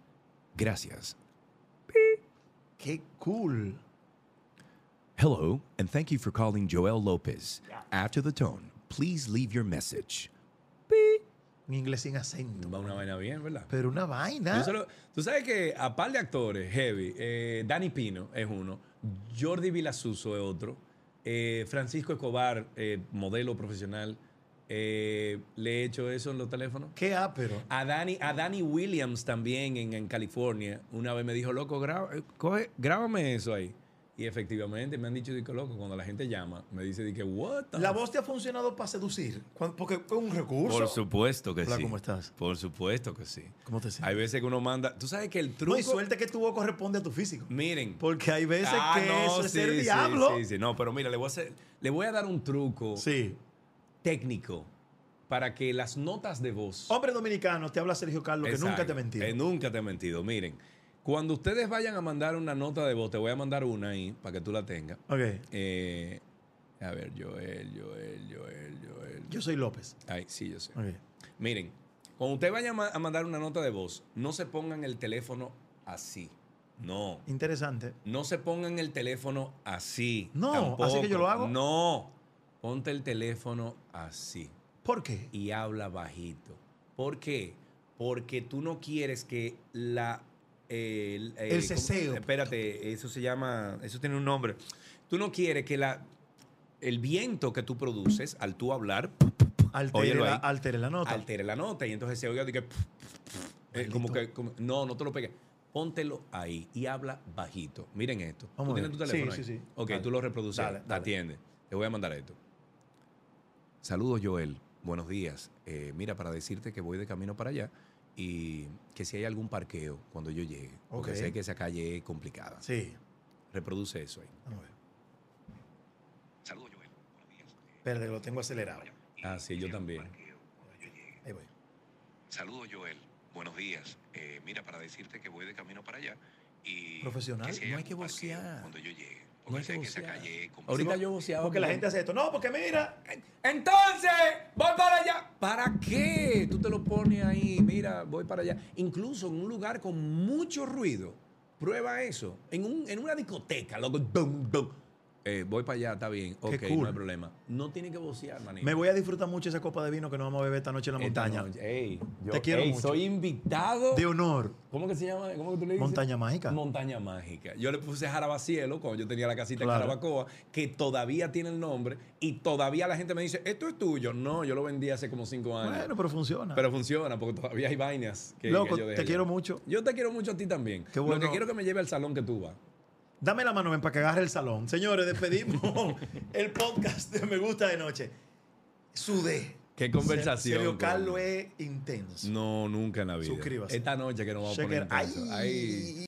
E: Gracias.
A: ¡Qué cool!
E: Hello, and thank you for calling Joel Lopez. After the tone, please leave your message.
A: Un inglés sin acento.
B: Va una vaina bien, ¿verdad?
A: Pero una vaina.
B: Yo solo- tú sabes que a par de actores, heavy, eh, Danny Pino es uno, Jordi Vilasuso es otro, eh, Francisco Escobar, eh, modelo profesional, eh, le he hecho eso en los teléfonos.
A: ¡Qué ápero!
B: A Danny, a Danny Williams también en, en California, una vez me dijo, loco, graba- eh, coge- grábame eso ahí. Y efectivamente me han dicho, digo, loco, cuando la gente llama, me dice, que what the
A: ¿La
B: f-".
A: voz te ha funcionado para seducir? Cuan- Porque es un recurso.
B: Por supuesto que
A: Hola,
B: sí.
A: ¿cómo estás?
B: Por supuesto que sí.
A: ¿Cómo te sientes?
B: Hay veces que uno manda. Tú sabes que el truco.
A: No, y suerte que tu voz corresponde a tu físico.
B: Miren.
A: Porque hay veces que eso es ser diablo.
B: Ah, Sí, sí, no, pero mira, le voy a, hacer- le voy a dar un truco
A: Sí.
B: técnico para que las notas de voz.
A: Hombre dominicano, te habla Sergio Carlos, Oh, que
B: Exacto.
A: nunca te he mentido.
B: Eh, nunca te he mentido. Miren, cuando ustedes vayan a mandar una nota de voz, te voy a mandar una ahí para que tú la tengas.
A: Ok.
B: Eh, a ver, Joel, Joel, Joel, Joel.
A: Yo soy López.
B: Ay, sí, yo sé.
A: Ok.
B: Miren, cuando ustedes vayan a ma- a mandar una nota de voz, no se pongan el teléfono así. No.
A: Interesante.
B: No se pongan el teléfono así.
A: No, así que yo lo hago.
B: No. Ponte el teléfono así
A: ¿Por qué?
B: y habla bajito. ¿Por qué? Porque tú no quieres que la. eh, el eh,
A: El
B: ¿cómo?
A: ceseo.
B: Espérate, eso se llama. Eso tiene un nombre. Tú no quieres que la. El viento que tú produces al tú hablar
A: Altere,
B: Óyelo
A: la,
B: ahí.
A: altere la nota.
B: altere la nota y entonces se oiga de que, eh, como que como- no, no te lo pegues. Póntelo ahí y habla bajito. Miren esto.
A: Vamos
B: ¿Tú
A: a
B: tienes tu
A: ver.
B: teléfono
A: Sí,
B: ahí?
A: sí, sí.
B: Ok,
A: Dale.
B: tú lo reproduces.
A: Dale, dale.
B: Atiende. Te voy a mandar esto.
E: Saludos, Joel. Buenos días. Eh, mira, para decirte que voy de camino para allá y que si hay algún parqueo cuando yo llegue, porque
A: Ok.
E: sé que esa calle es complicada.
A: Sí.
E: Reproduce eso ahí.
A: Vamos a ver. Espérate, que lo tengo acelerado.
B: Ah, sí, yo también.
A: Ahí voy.
E: Saludos, Joel. Buenos días. Eh, mira, para decirte que voy de camino para allá y...
A: Profesional.
E: que si
B: No hay
E: algún
B: que
E: parqueo
B: vocear.
E: Cuando yo
B: No
E: llegue.
B: hay
E: Porque
B: que
E: sé que esa
B: vocear.
E: calle es complicada.
B: Ahorita yo voceaba.
A: Porque la
B: pero-
A: gente hace esto. No, porque mira.
B: Entonces, voy para allá. ¿Para qué? Tú te lo pones ahí, mira, voy para allá. Incluso en un lugar con mucho ruido. Prueba eso. En, un- en una discoteca, loco. Dum, dum. Eh, voy para allá, está bien. Ok,
A: cool.
B: no hay problema. No tiene que vocear, manito.
A: Me voy a disfrutar mucho esa copa de vino que nos vamos a beber esta noche en la
B: Esta
A: montaña.
B: noche. Ey, yo-
A: Te quiero
B: ey,
A: mucho.
B: Soy invitado.
A: De honor.
B: ¿Cómo que se llama? ¿Cómo que tú le dices?
A: Montaña Mágica.
B: Montaña Mágica. Yo le puse Jarabacielo cuando yo tenía la casita
A: Claro.
B: en Jarabacoa, que todavía tiene el nombre y todavía la gente me dice, esto es tuyo. No, yo lo vendí hace como cinco años.
A: Bueno, pero funciona.
B: Pero funciona porque todavía hay vainas que,
A: Loco,
B: que yo dejé
A: te
B: allá.
A: quiero mucho.
B: Yo te quiero mucho a ti también.
A: Qué bueno.
B: Lo que quiero que me lleve al salón que tú vas.
A: Dame la mano, ven, para que agarre el salón. Señores, despedimos el podcast de Me Gusta de Noche. Sudé.
B: Qué conversación.
A: Sergio
B: con-
A: Carlos es intenso.
B: No, nunca en la vida.
A: Suscríbase.
B: Esta noche que nos vamos a
A: Checker.
B: poner intenso.
A: Ay.